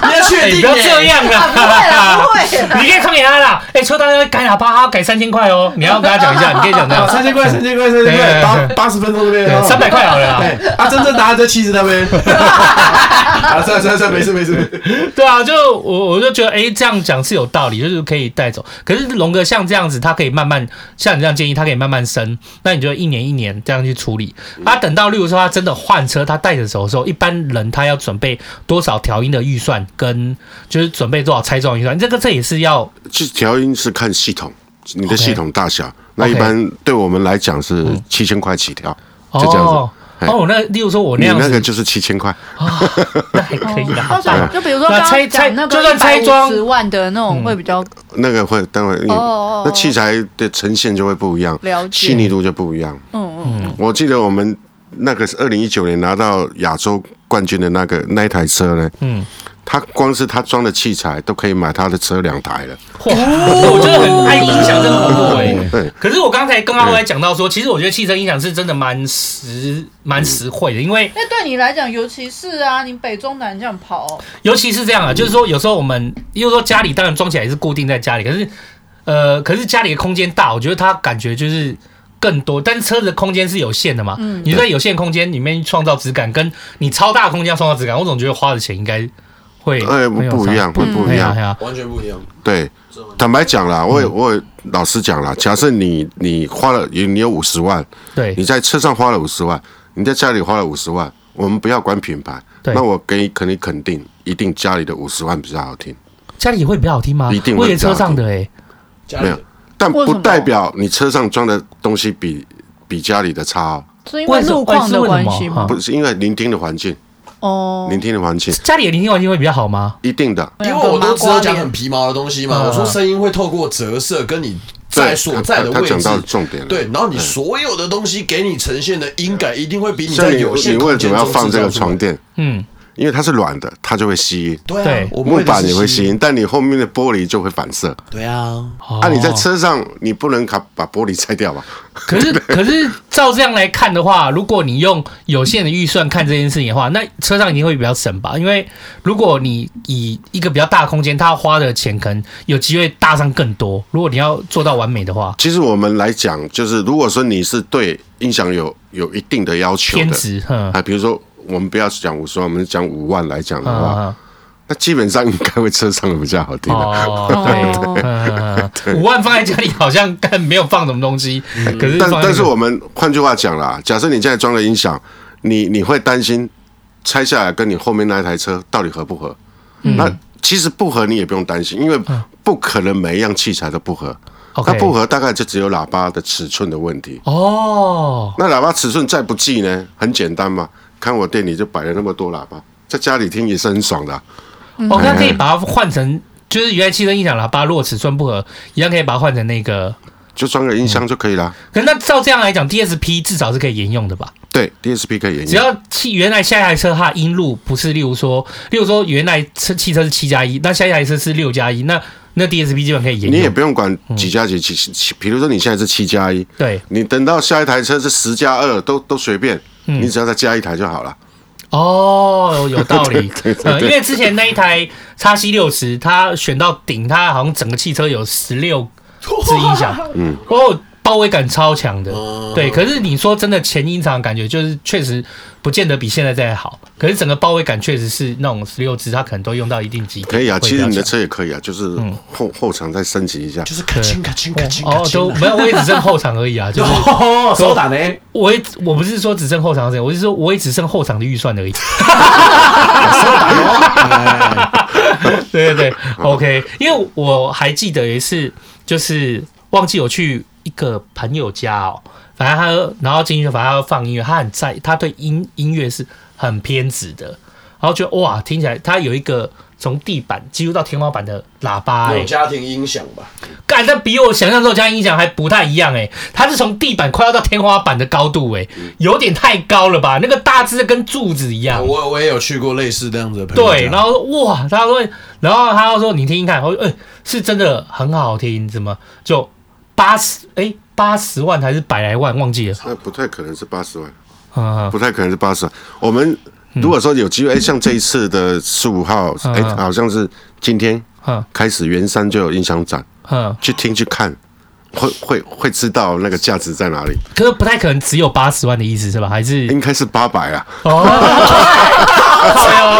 你要确
哎
定欸
不要这
耶，
样
会啦，啊不
啦。
会啦。
你可以看给他啦，哎、邱大哥改喇叭，他要改三千块哦，你要跟他讲一
[laughs]
下，你可以讲
啊，
的，
三千块，三千块，三千块，
对
八八十分钟那边
对，
哦，
三百块好了啦。
对啊，真正答案在七十那 [laughs] 边。啊，算了算了算了，没事没事。
对啊，就我我就觉得，哎、这样讲是有道理，就是可以带走。可是龙哥像这样子，他可以慢慢像你这样建议，他可以慢慢升，那你就一年一年这样去处理。啊，等到例如说他真的换车，他带着走的时候，一般人他要准备多少调音的预算，跟就是准备多少拆装的预算，这个这也是要
去调音是看系统，你的
OK
系统大小。那一般对我们来讲是七千块起跳，就这样
哦
哎
子。嘿
哦，那例如说我那
你
样
那
子
个，就是七千块，
那还可以
[laughs]
的。
到时候就比如说
那
刚
拆
刚
拆
讲那
就算
个
拆装嗯
十万的那种会比较
那个会当然，因
哦
为
哦
那器材的呈现就会不一样
了，解
细腻度就不一样。
嗯嗯
我记得我们那个是二零一九年拿到亚洲冠军的那个那一台车呢，嗯，它光是它装的器材都可以买它的车两台了。
嚯，我真的很爱音响这个工作哎
对。
可是我刚才跟阿辉讲到说，其实我觉得汽车音响是真的蛮实蛮实惠的，因为
那对你来讲，尤其是啊，你北中南这样跑，
尤其是这
嗯
样啊，就是说有时候我们，又说家里当然装起来也是固定在家里，可是呃，可是家里的空间大，我觉得它感觉就是。更多，但是车子的空间是有限的嘛？你在有限空间里面创造质感，跟你超大的空间要创造质感，我总觉得花的钱应该会
哎，
没有
不一样，会
差，
不一
对啊
样。
对啊
完全不一样，
对，坦白讲啦，我也我也老实讲啦，假设你你花了你你有五十万，
对
你在车上花了五十万，你在家里花了五十万，我们不要管品牌，
对
那我给你肯定肯定，一定家里的五十万比较好听，
家里也会比较好听吗？
一定会
我以为
比较
车
好
上的哎、
家
没
里
有，但
为什
不
么
代表你车上装的东西比比家里的差、哦，
是因为路况的关系吗
啊？
不是因为聆听的环境，
哦，
聆听的环境
家里的聆听环境会比较好吗？
一定的，
因为我都只有讲很皮毛的东西嘛。
嗯
我说声音会透过折射跟你在
对，
所在的
他
位
他讲
置，
到重点了，
对，然后你所有的东西给你呈现的音感，一定会比你
像
在
你
有限
你为
空
什
间
么要
中
放这个
制造出来
床？垫？
嗯，
因为它是软的，它就会吸音。
对啊
对，
我不
木板也会吸
吸引。
音，但你后面的玻璃就会反射。
对啊，
哦
啊，你在车上你不能把把玻璃拆掉吧？
可
[laughs]
是，可是照这样来看的话，如果你用有限的预算看这件事情的话，那车上一定会比较省吧？因为如果你以一个比较大的空间，它花的钱可能有机会搭上更多。如果你要做到完美的话，
其实我们来讲，就是如果说你是对音响有有一定的要求
偏
的，
执，哼，
啊，比如说我们不要讲五十万，我们讲五万来讲的话，
嗯
那基本上应该会车上的比较好听
[laughs]
的。
哦，对嗯，嗯五万放在家里好像 [laughs] 干没有放什么东西，可是
嗯但
放在
但是我们换句话讲啦，假设你现在装了音响，你你会担心拆下来跟你后面那一台车到底合不合？
嗯
那其实不合你也不用担心，因为不可能每一样器材都不合。它
OK
不合大概就只有喇叭的尺寸的问题。
哦，
那喇叭尺寸再不济呢，很简单嘛，看我店里就摆了那么多喇叭，在家里听也是很爽的啊、
哦，那可以把它换成。就是原来汽车音响喇叭，如果尺寸不合，一样可以把它换成那个
就装个音箱就可以啦。
可是那照这样来讲，DSP 至少是可以沿用的吧？
对，DSP 可以沿
只
用。
要汽原来下一台车它的音路不是，例如说，例如说原来车汽车是七加一，那下一台车是六加一，那那 DSP 基本可以沿
你也
用。
不用管几加几，几几，比如说你现在是七加一，
对，
你等到下一台车是十加二，都都随便，你只要再加一台就好了。
哦，有有道理
[laughs] 对对对。对
呃，因为之前那一台叉 C 六十，它选到顶，它好像整个汽车有十六支音响，嗯，哦，包围感超强的。对，可是你说真的，前音场感觉就是确实不见得比现在再好。可是整个包围感确实是那种十六支，它可能都用到一定级别。
可以啊，
会比
其
较
实你的
强
车也可以啊，就是后后场再升级一下
就。是咔清咔清咔清咔
哦，
清
都
啊。
没有，我也只剩后场而已啊，就是哎
哦，手打呢？
我也我不是说只剩后场而已，我是说我也只剩后场的预算而已。对对对，OK，因为我还记得有一次，就是忘记我去一个朋友家哦，反正他然后进去，反正他要放音乐，他很在，他对音音乐是很偏执的，然后觉得哇，听起来他有一个从地板几乎到天花板的喇叭、
那
欸
种，家庭音响吧，
干，但比我想象中的家音响还不太一样哎、它是从地板快要到天花板的高度哎、
嗯
有点太高了吧？那个大致跟柱子一
哦
样。
我我也有去过类似这样子的朋友
啊对，
家
然后哇，他说，然后他又说你听听看，我说哎、是真的很好听，怎么就八十哎八十万还是百来万忘记了，
那不太可能是八十万，
嗯，
不太可能是八十万。我们如果说有机会，哎，像这一次的十五号，
嗯
哎，
嗯
好像是今天
嗯
开始圆山就有音响展，
嗯，
去听去看，会会会知道那个价值在哪里，
嗯
可是不太可能只有八十万的意思是吧？还是
应该是八百
[laughs]
啊。 [laughs]
哦，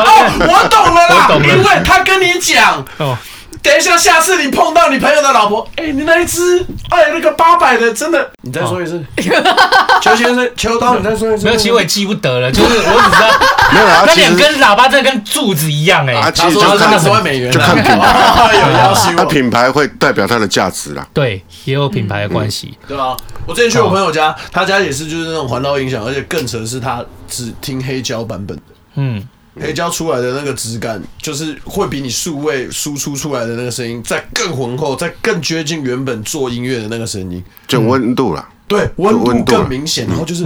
哦，我懂了啦，
我懂了
因为他跟你讲，
哦
等一下下次你碰到你朋友的老婆，哎、你那一只，哎、那个八百的真的，你再说一次， [laughs] 邱先生，邱刀，你再说一次，
哦没有，其实我也记不得了，就是我只知道
[laughs] 没有啊，
那
其
两
实
根喇叭真的跟柱子一样哎、
啊，其
他
实
说
就
他
看
十万美元啊，
就看品牌，
[laughs] 有要挟
那
[laughs]
我，
品牌会代表它的价值啦。
对，也有品牌的关系。
对啊，我之前去我朋友家，他家也是就是那种环绕音响，而且更扯的是他只听黑胶版本的。
嗯，
黑胶出来的那个质感，就是会比你数位输出出来的那个声音再更浑厚，再更接近原本做音乐的那个声音。
就温度啦，
对，温
温
度
度了啊嗯
更明显，然后就是，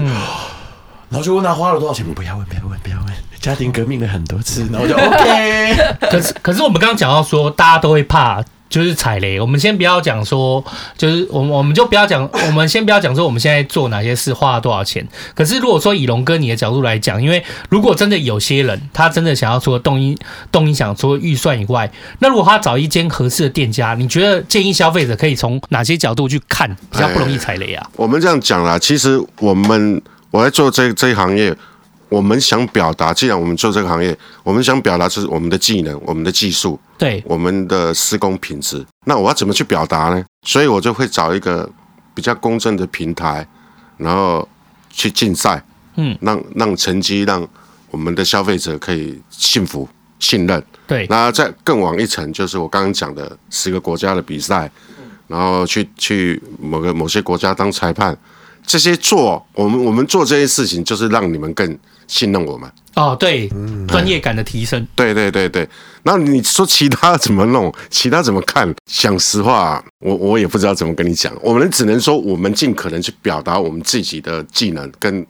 然后就问他花了多少钱，不要问，不要问，不要问，家庭革命了很多次，
嗯
然后
[laughs]
就 OK，
可是可是我们刚刚讲到说，大家都会怕就是踩雷。我们先不要讲说，就是我们我们就不要讲，我们先不要讲说我们现在做哪些事，花了多少钱。可是如果说以龙哥你的角度来讲，因为如果真的有些人他真的想要除了动音动音响除了预算以外，那如果他找一间合适的店家，你觉得建议消费者可以从哪些角度去看，比较不容易踩雷啊？
我们这样讲啦，其实我们我在做这这一行业，我们想表达，既然我们做这个行业，我们想表达就是我们的技能、我们的技术、
对，
我们的施工品质。那我要怎么去表达呢？所以我就会找一个比较公正的平台，然后去竞赛，
嗯，
让让成绩让我们的消费者可以信服、信任。
对，
那再更往一层，就是我刚刚讲的十个国家的比赛，然后去去某个某些国家当裁判，这些做我们我们做这些事情，就是让你们更信任我们。
哦，对，专业感的提升，
对对对对，那你说其他怎么弄？其他怎么看？讲实话，我我也不知道怎么跟你讲。我们只能说，我们尽可能去表达我们自己的技能，跟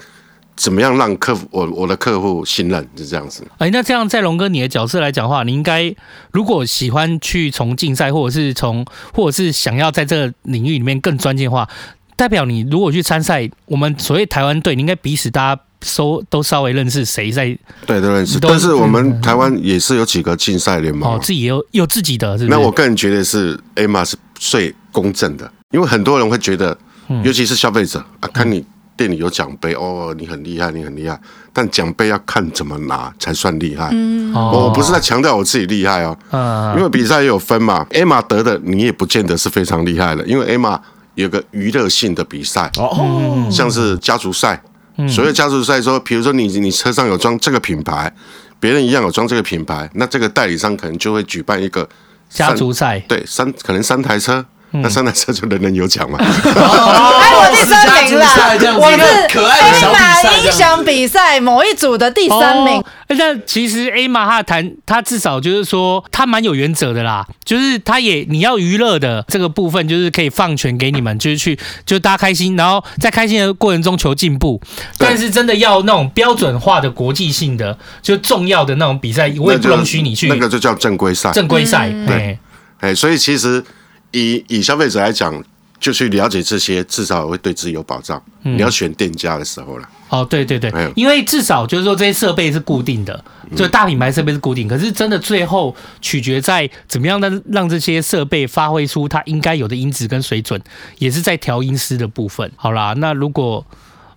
怎么样让客户我我的客户信任，就这样子。
哎，那这样在龙哥你的角色来讲话，你应该如果喜欢去从竞赛，或者是从，或者是想要在这个领域里面更专业的话，代表你如果去参赛，我们所谓台湾队，你应该彼此大家收都稍微认识谁在
对，都认识。
都
但是我们台湾也是有几个竞赛联盟啊、
哦，自己也有有自己的，是不是？
那我个人觉得是 Emma 是最公正的，因为很多人会觉得，尤其是消费者啊，看你店里有奖杯哦，你很厉害，你很厉害，但奖杯要看怎么拿才算厉害。
哦
我不是在强调我自己厉害哦，
嗯
因为比赛也有分嘛。Emma 得的你也不见得是非常厉害的，因为 Emma 有个娱乐性的比赛，
哦，
像是家族赛，
嗯
所谓家族赛说，比如说你你车上有装这个品牌，别人一样有装这个品牌，那这个代理商可能就会举办一个三
家族赛，嗯
对，三可能三台车，那三台车就人人有奖嘛。
哎，我第三名啦
哦家族赛这样，子
我
一个
是哎
可爱的小比赛这样
A
子
音响比赛某一组的第三名
哦。哎那其实 A 玛哈谈他至少就是说他蛮有原则的啦，就是他也你要娱乐的这个部分，就是可以放权给你们，就是去就大家开心，然后在开心的过程中求进步。
对
但是真的要那种标准化的国际性的，就重要的那种比赛， [laughs] 我也
那
不
就
容许你去
那个就叫正规赛。
正规赛。
嗯
对，
哎，所以其实以以消费者来讲，就去了解这些，至少会对自己有保障。
嗯
你要选店家的时候了，
哦，对对对
哎呦，嗯
因为至少就是说这些设备是固定的，就大品牌设备是固定，可是真的最后取决在怎么样让让这些设备发挥出它应该有的音质跟水准，也是在调音师的部分。好啦，那如果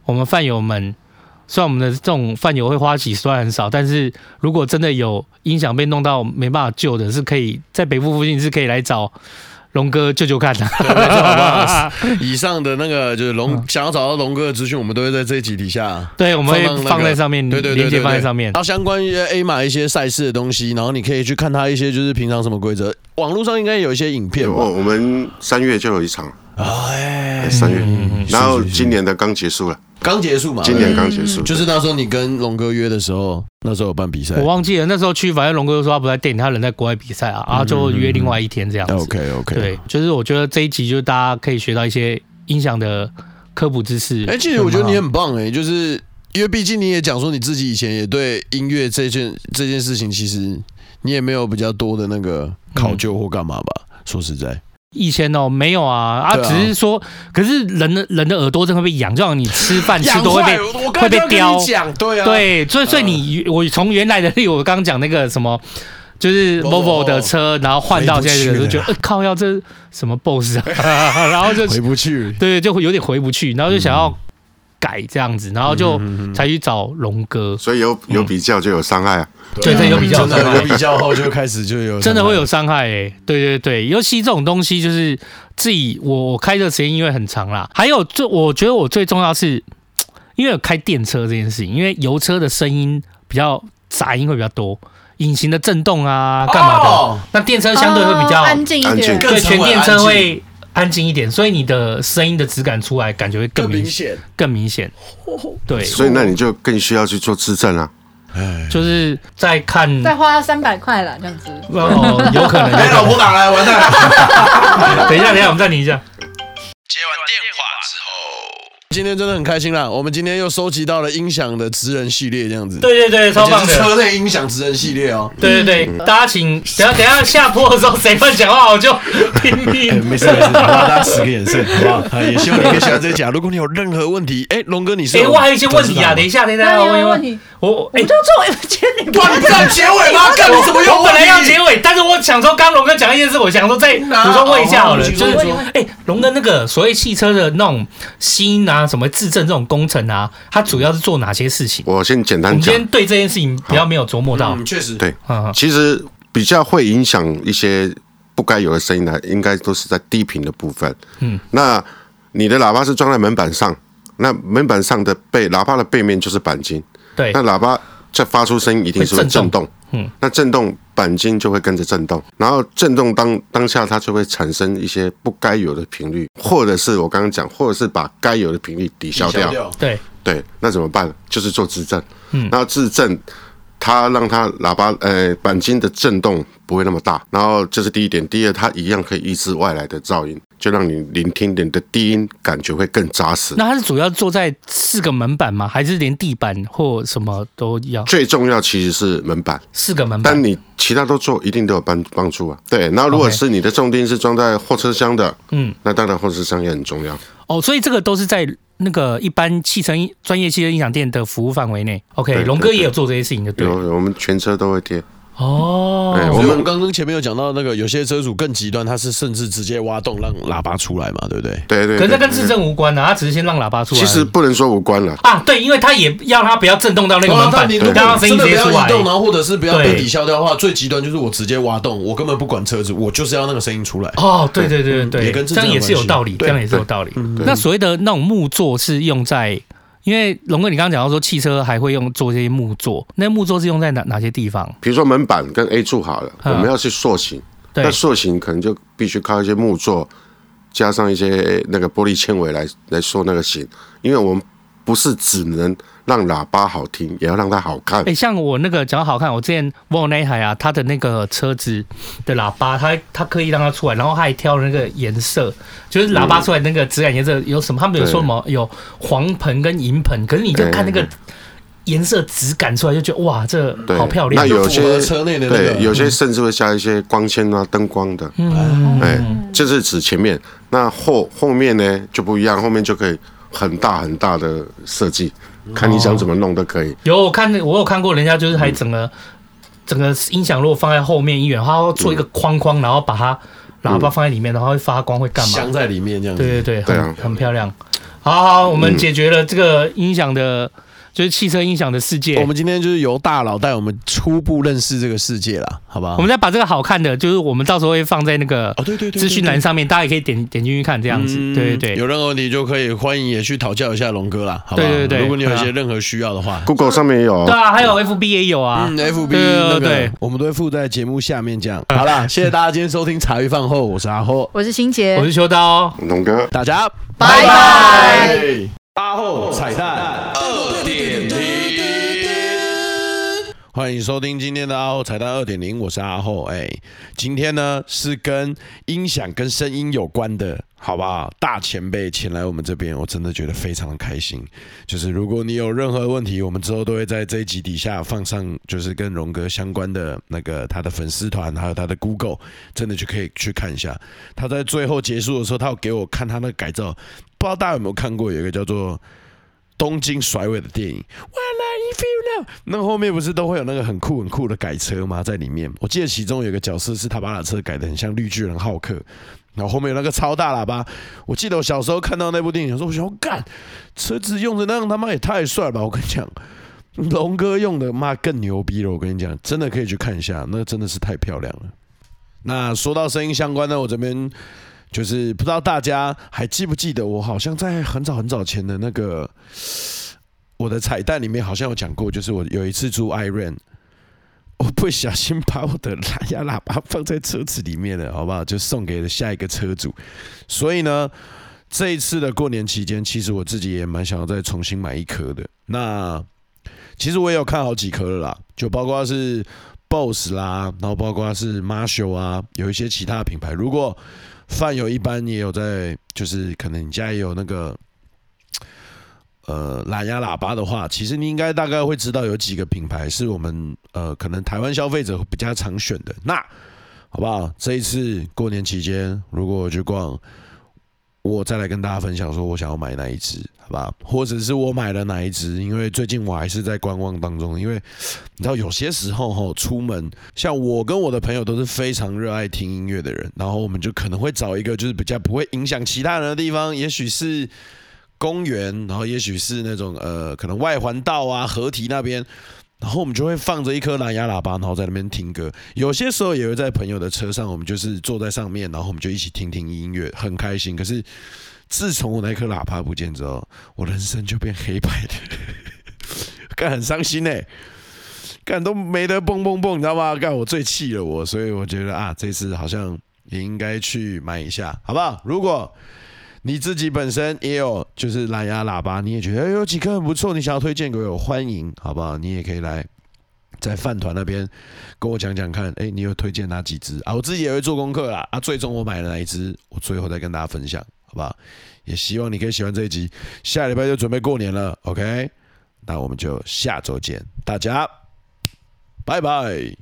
我们饭友们。虽然我们的这种饭友会花几十万很少，但是如果真的有音响被弄到没办法救的，是可以在北部附近是可以来找龙哥救救看
[laughs]
的。
没错好不好？以上的那个就是龙，想要找到龙哥的资讯，我们都会在这一集底下。
嗯对，我们会
那个
放在上面，
对对对
连接
对，
放在
对
上面
然。后相关一些 A 码一些赛事的东西，然后你可以去看他一些就是平常什么规则，网络上应该有一些影片吧
我。我们三月就有一场，
哎，
三月，然后
是是是
今年的刚结束了，
刚结束嘛，
今年刚结束，
就是那时候你跟龙哥约的时候，那时候有办比赛
我。忘记了那时候去，反正龙哥就说他不在店里，他人在国外比赛啊，然后就约另外一天这样子。
OK OK，
对，，就是我觉得这一集就是大家可以学到一些音响的科普知识。
哎、其实我觉得你很棒哎、就是因为毕竟你也讲说你自己以前也对音乐这件这件事情，其实你也没有比较多的那个
嗯
考究或干嘛吧。说实在，
以前哦，没有啊，啊，
对啊
只是说，可是人的人的耳朵真的会被痒，就像你吃饭吃
养
都会
坏
被，
我刚才就要跟
雕
你讲，对啊，，
对，所以所以你、我从原来的例，我刚刚讲那个什么。就是
Volvo
Volvo 的车，然后换到现在这
回
个，
不
就
去
觉
了
得、呃、靠，要这什么 BOSS 啊，然后就
回不去。
对，就会有点回不去，然后就想要改这样子，然后就才去找龙哥，
所以有有
嗯
比较就有伤害啊。
对，这有比较
真
伤
的
害
有，比较后就开始就有
真的会有伤害诶、对对对，尤其这种东西就是自己我我开的时间因为很长啦，还有最我觉得我最重要是，因为有开电车这件事情，因为油车的声音比较杂音会比较多，引擎的震动啊干嘛的，
哦
那电车 [laughs] 相对会比较、
哦安静一
安
点
静，
更
对，
沉
全
稳
电
安
车
静
会安静一点，所以你的声音的质感出来感觉会更
更
明
明
显
显。
更明显，对，
所以那你就更需要去做自证啊。
哎，
就是在看
再花三百块啦，这样子。
哦，有可能，有可能
打来，完蛋了。 [laughs]
[laughs] 等一下，等一下，我们暂停一下。
今天真的很开心啦，我们今天又收集到了音响的职人系列，这样子，
对对对，超棒
就是
的。
车内音响职人系列哦。
对对对，大家请等下等下下播的时候谁乱讲话，我就拼
哎，
命。
没事没事，大家使个眼色，好不好？哎也希望你可以喜欢这一集啊。如果你有任何问题，哎，龙哥你是
哎，
有
我还有一些问题啊，等
粉
一下，等一
那
下，
你有
我有
问题，
我
你
哎
就，做哎我接你
丝团吗，哇，你不然结尾吗？干，你怎么有
我
问
本来要
题？
结尾，但是我想说，刚龙哥讲一件事，我想
[laughs]
说再补充问一下好了，
好好哦
就
你
是
说你
说
哎，龙哥那个所谓汽车的那种新啊，什么质证这种工程啊，它主要是做哪些事情？
我先简
我
单
们今
讲，
天对这件事情比较没有琢磨到
嗯，，确实，
对
嗯，
其实比较会影响一些不该有的声音呢，应该都是在低频的部分。嗯，那你的喇叭是装在门板上，那门板上的背喇叭的背面就是钣金，
对
那，喇叭在发出声音一定是会
会
震
震动
动。
嗯，
那震动钣金就会跟着震动，然后震动当当下它就会产生一些不该有的频率，或者是我刚刚讲，或者是把该有的频率抵消掉。
对，
对，那怎么办？就是做质证。嗯，那质证，它让它喇叭呃钣金的震动不会那么大，然后这是第一点。第二，它一样可以抑制外来的噪音，就让你聆听你的低音感觉会更扎实。
那它是主要坐在四个门板吗？还是连地板或什么都要？
最重要其实是门板，
四个门
但
板，
你其他都做一定都有帮帮助啊。对，那如果
OK
是你的重定是装在货车厢的，
嗯，
那当然货车厢也很重要。
哦，所以这个都是在那个一般汽车音专业汽车音响店的服务范围内。OK，
对
龙哥
对
也有做这些事情就对
有
了。
我们全车都会贴。哎
哦，
我
我
们
们
刚刚前面有讲到那个，有些车主更极端，他是甚至直接挖洞让喇叭出来嘛，对不对？
对对
可是
对
这，跟自证无关啊，他只是先让喇叭出来。
其实不能说无关了。
啊，对，因为他也要他不要震动到那个门板，
哦啊你如
让
果
他声
真
音
的
直
不
接
要
出
移
来。
动，然后或者是不要被
对
抵消掉的话，最极端就是我直接挖洞，我根本不管车子，我就是要那个声音出来。
哦，对对对
也
对对，
跟自
这
证
样也是
有
有
关系
道理，
对
这样也是有道理。
对
那所谓的那种木座是用在，因为龙哥你刚刚讲到说汽车还会用做这些木座，那木座是用在哪哪些地方？
比如说门板跟 A 柱好了，我
嗯
们要去塑形，
对
那塑形可能就必须靠一些木座，加上一些那个玻璃纤维来来塑那个形，因为我们不是只能让喇叭好听，也要让它好看
哎、。像我那个讲到好看，我之前 Vol 那一台啊，它的那个车子的喇叭，它它刻意让它出来，然后它还挑那个颜色，就是喇叭出来那个质感颜色有什么？他们有说什么有黄盆跟银盆，可是你就看那个
嗯
颜色质感出来，就觉得哇，这
对
好漂
那
亮。哦
有些
符合车内的那个
对，有些甚至会加一些光纤啊、灯光的，
嗯，
哎，这是指前面。那后后面呢就不一样，后面就可以很大很大的设计，看你想怎么弄都可以。
有我看我有看过人家就是
嗯
还整个、整个音响如果放在后面一远，他会做一个
嗯
框框，然后把它喇叭放在里面，然后会发光，会干嘛？
镶在里啊面这样子。
对对对，
对
很、
啊
嗯
很漂亮。好好，我们解决了这个音响的
就是汽车音响的世界。
我们今天就是由大佬带我们初步认识这个世界啦，好不好？
我们再把这个好看的，就是我们到时候会放在那个
哦，对对对对，
资讯栏上面，大家也可以点点进去看这样子。
嗯
对对对，
有任何问题就可以欢迎也去讨教一下龙哥啦，好不好？
对对对
如果你有一些
对啊
任何需要的话，
Google 上面也有哦
对，啊，还有 FB 也有啊
嗯。，FB
对对
那个
对
我们都会附在节目下面这样。嗯好啦，谢谢大家今天收听茶余饭后，我是阿后，
我是心杰
嗯
我，是修刀，
嗯
龙哥。
大家
拜拜。
阿后彩蛋二点零，欢迎收听今天的阿后彩蛋二点零，我是阿后。哎，今天呢是跟音响跟声音有关的，好不好？大前辈请来我们这边，我真的觉得非常的开心。就是如果你有任何问题，我们之后都会在这一集底下放上，就是跟荣哥相关的那个他的粉丝团，还有他的 Google，真的就可以去看一下。他在最后结束的时候，他有给我看他那个改造，不知道大家有没有看过，有一个叫做《东京甩尾》的电影。哇啦一 feel now，那后面不是都会有那个很酷很酷的改车吗？在里面，我记得其中有一个角色是他把他的车改的很像绿巨人浩克，然后后面有那个超大喇叭。我记得我小时候看到那部电影，我说我想要干车子用的那样他妈也太帅了吧！我跟你讲。龙哥用的妈更牛逼了，我跟你讲，真的可以去看一下，那真的是太漂亮了。那说到声音相关呢，我这边就是不知道大家还记不记得，我好像在很早很早前的那个我的彩蛋里面好像有讲过，就是我有一次租 Iron，我不小心把我的蓝牙喇叭放在车子里面了，好不好？就送给了下一个车主。所以呢，这一次的过年期间，其实我自己也蛮想要再重新买一颗的。那其实我也有看好几颗了啦，就包括是 BOSS 啦，然后包括是 Marshall 啊，有一些其他的品牌。如果饭友一般也有在，就是可能你家也有那个呃蓝牙喇叭的话，其实你应该大概会知道有几个品牌是我们呃可能台湾消费者比较常选的。那好不好？这一次过年期间，如果我去逛，我再来跟大家分享说我想要买哪一只，好吧？或者是我买了哪一只，因为最近我还是在观望当中，因为你知道有些时候吼出门，像我跟我的朋友都是非常热爱听音乐的人，然后我们就可能会找一个就是比较不会影响其他人的地方，也许是公园，然后也许是那种呃可能外环道啊、河堤那边，然后我们就会放着一颗蓝牙喇叭，然后在那边听歌。有些时候也会在朋友的车上，我们就是坐在上面，然后我们就一起听听音乐，很开心。可是自从我那颗喇叭不见之后，我人生就变黑白的， [laughs] 干很伤心哎、干都没得蹦蹦蹦，你知道吗？干我最气了我，所以我觉得啊，这次好像也应该去买一下，好不好？如果你自己本身也有就是蓝牙喇叭，你也觉得哎有几颗很不错，你想要推荐给我，欢迎，好不好？你也可以来在饭团那边跟我讲讲看，哎、你有推荐哪几只啊？我自己也会做功课啦，啊，最终我买了哪一只，我最后再跟大家分享，好不好？也希望你可以喜欢这一集，下礼拜就准备过年了，OK？那我们就下周见，大家拜拜。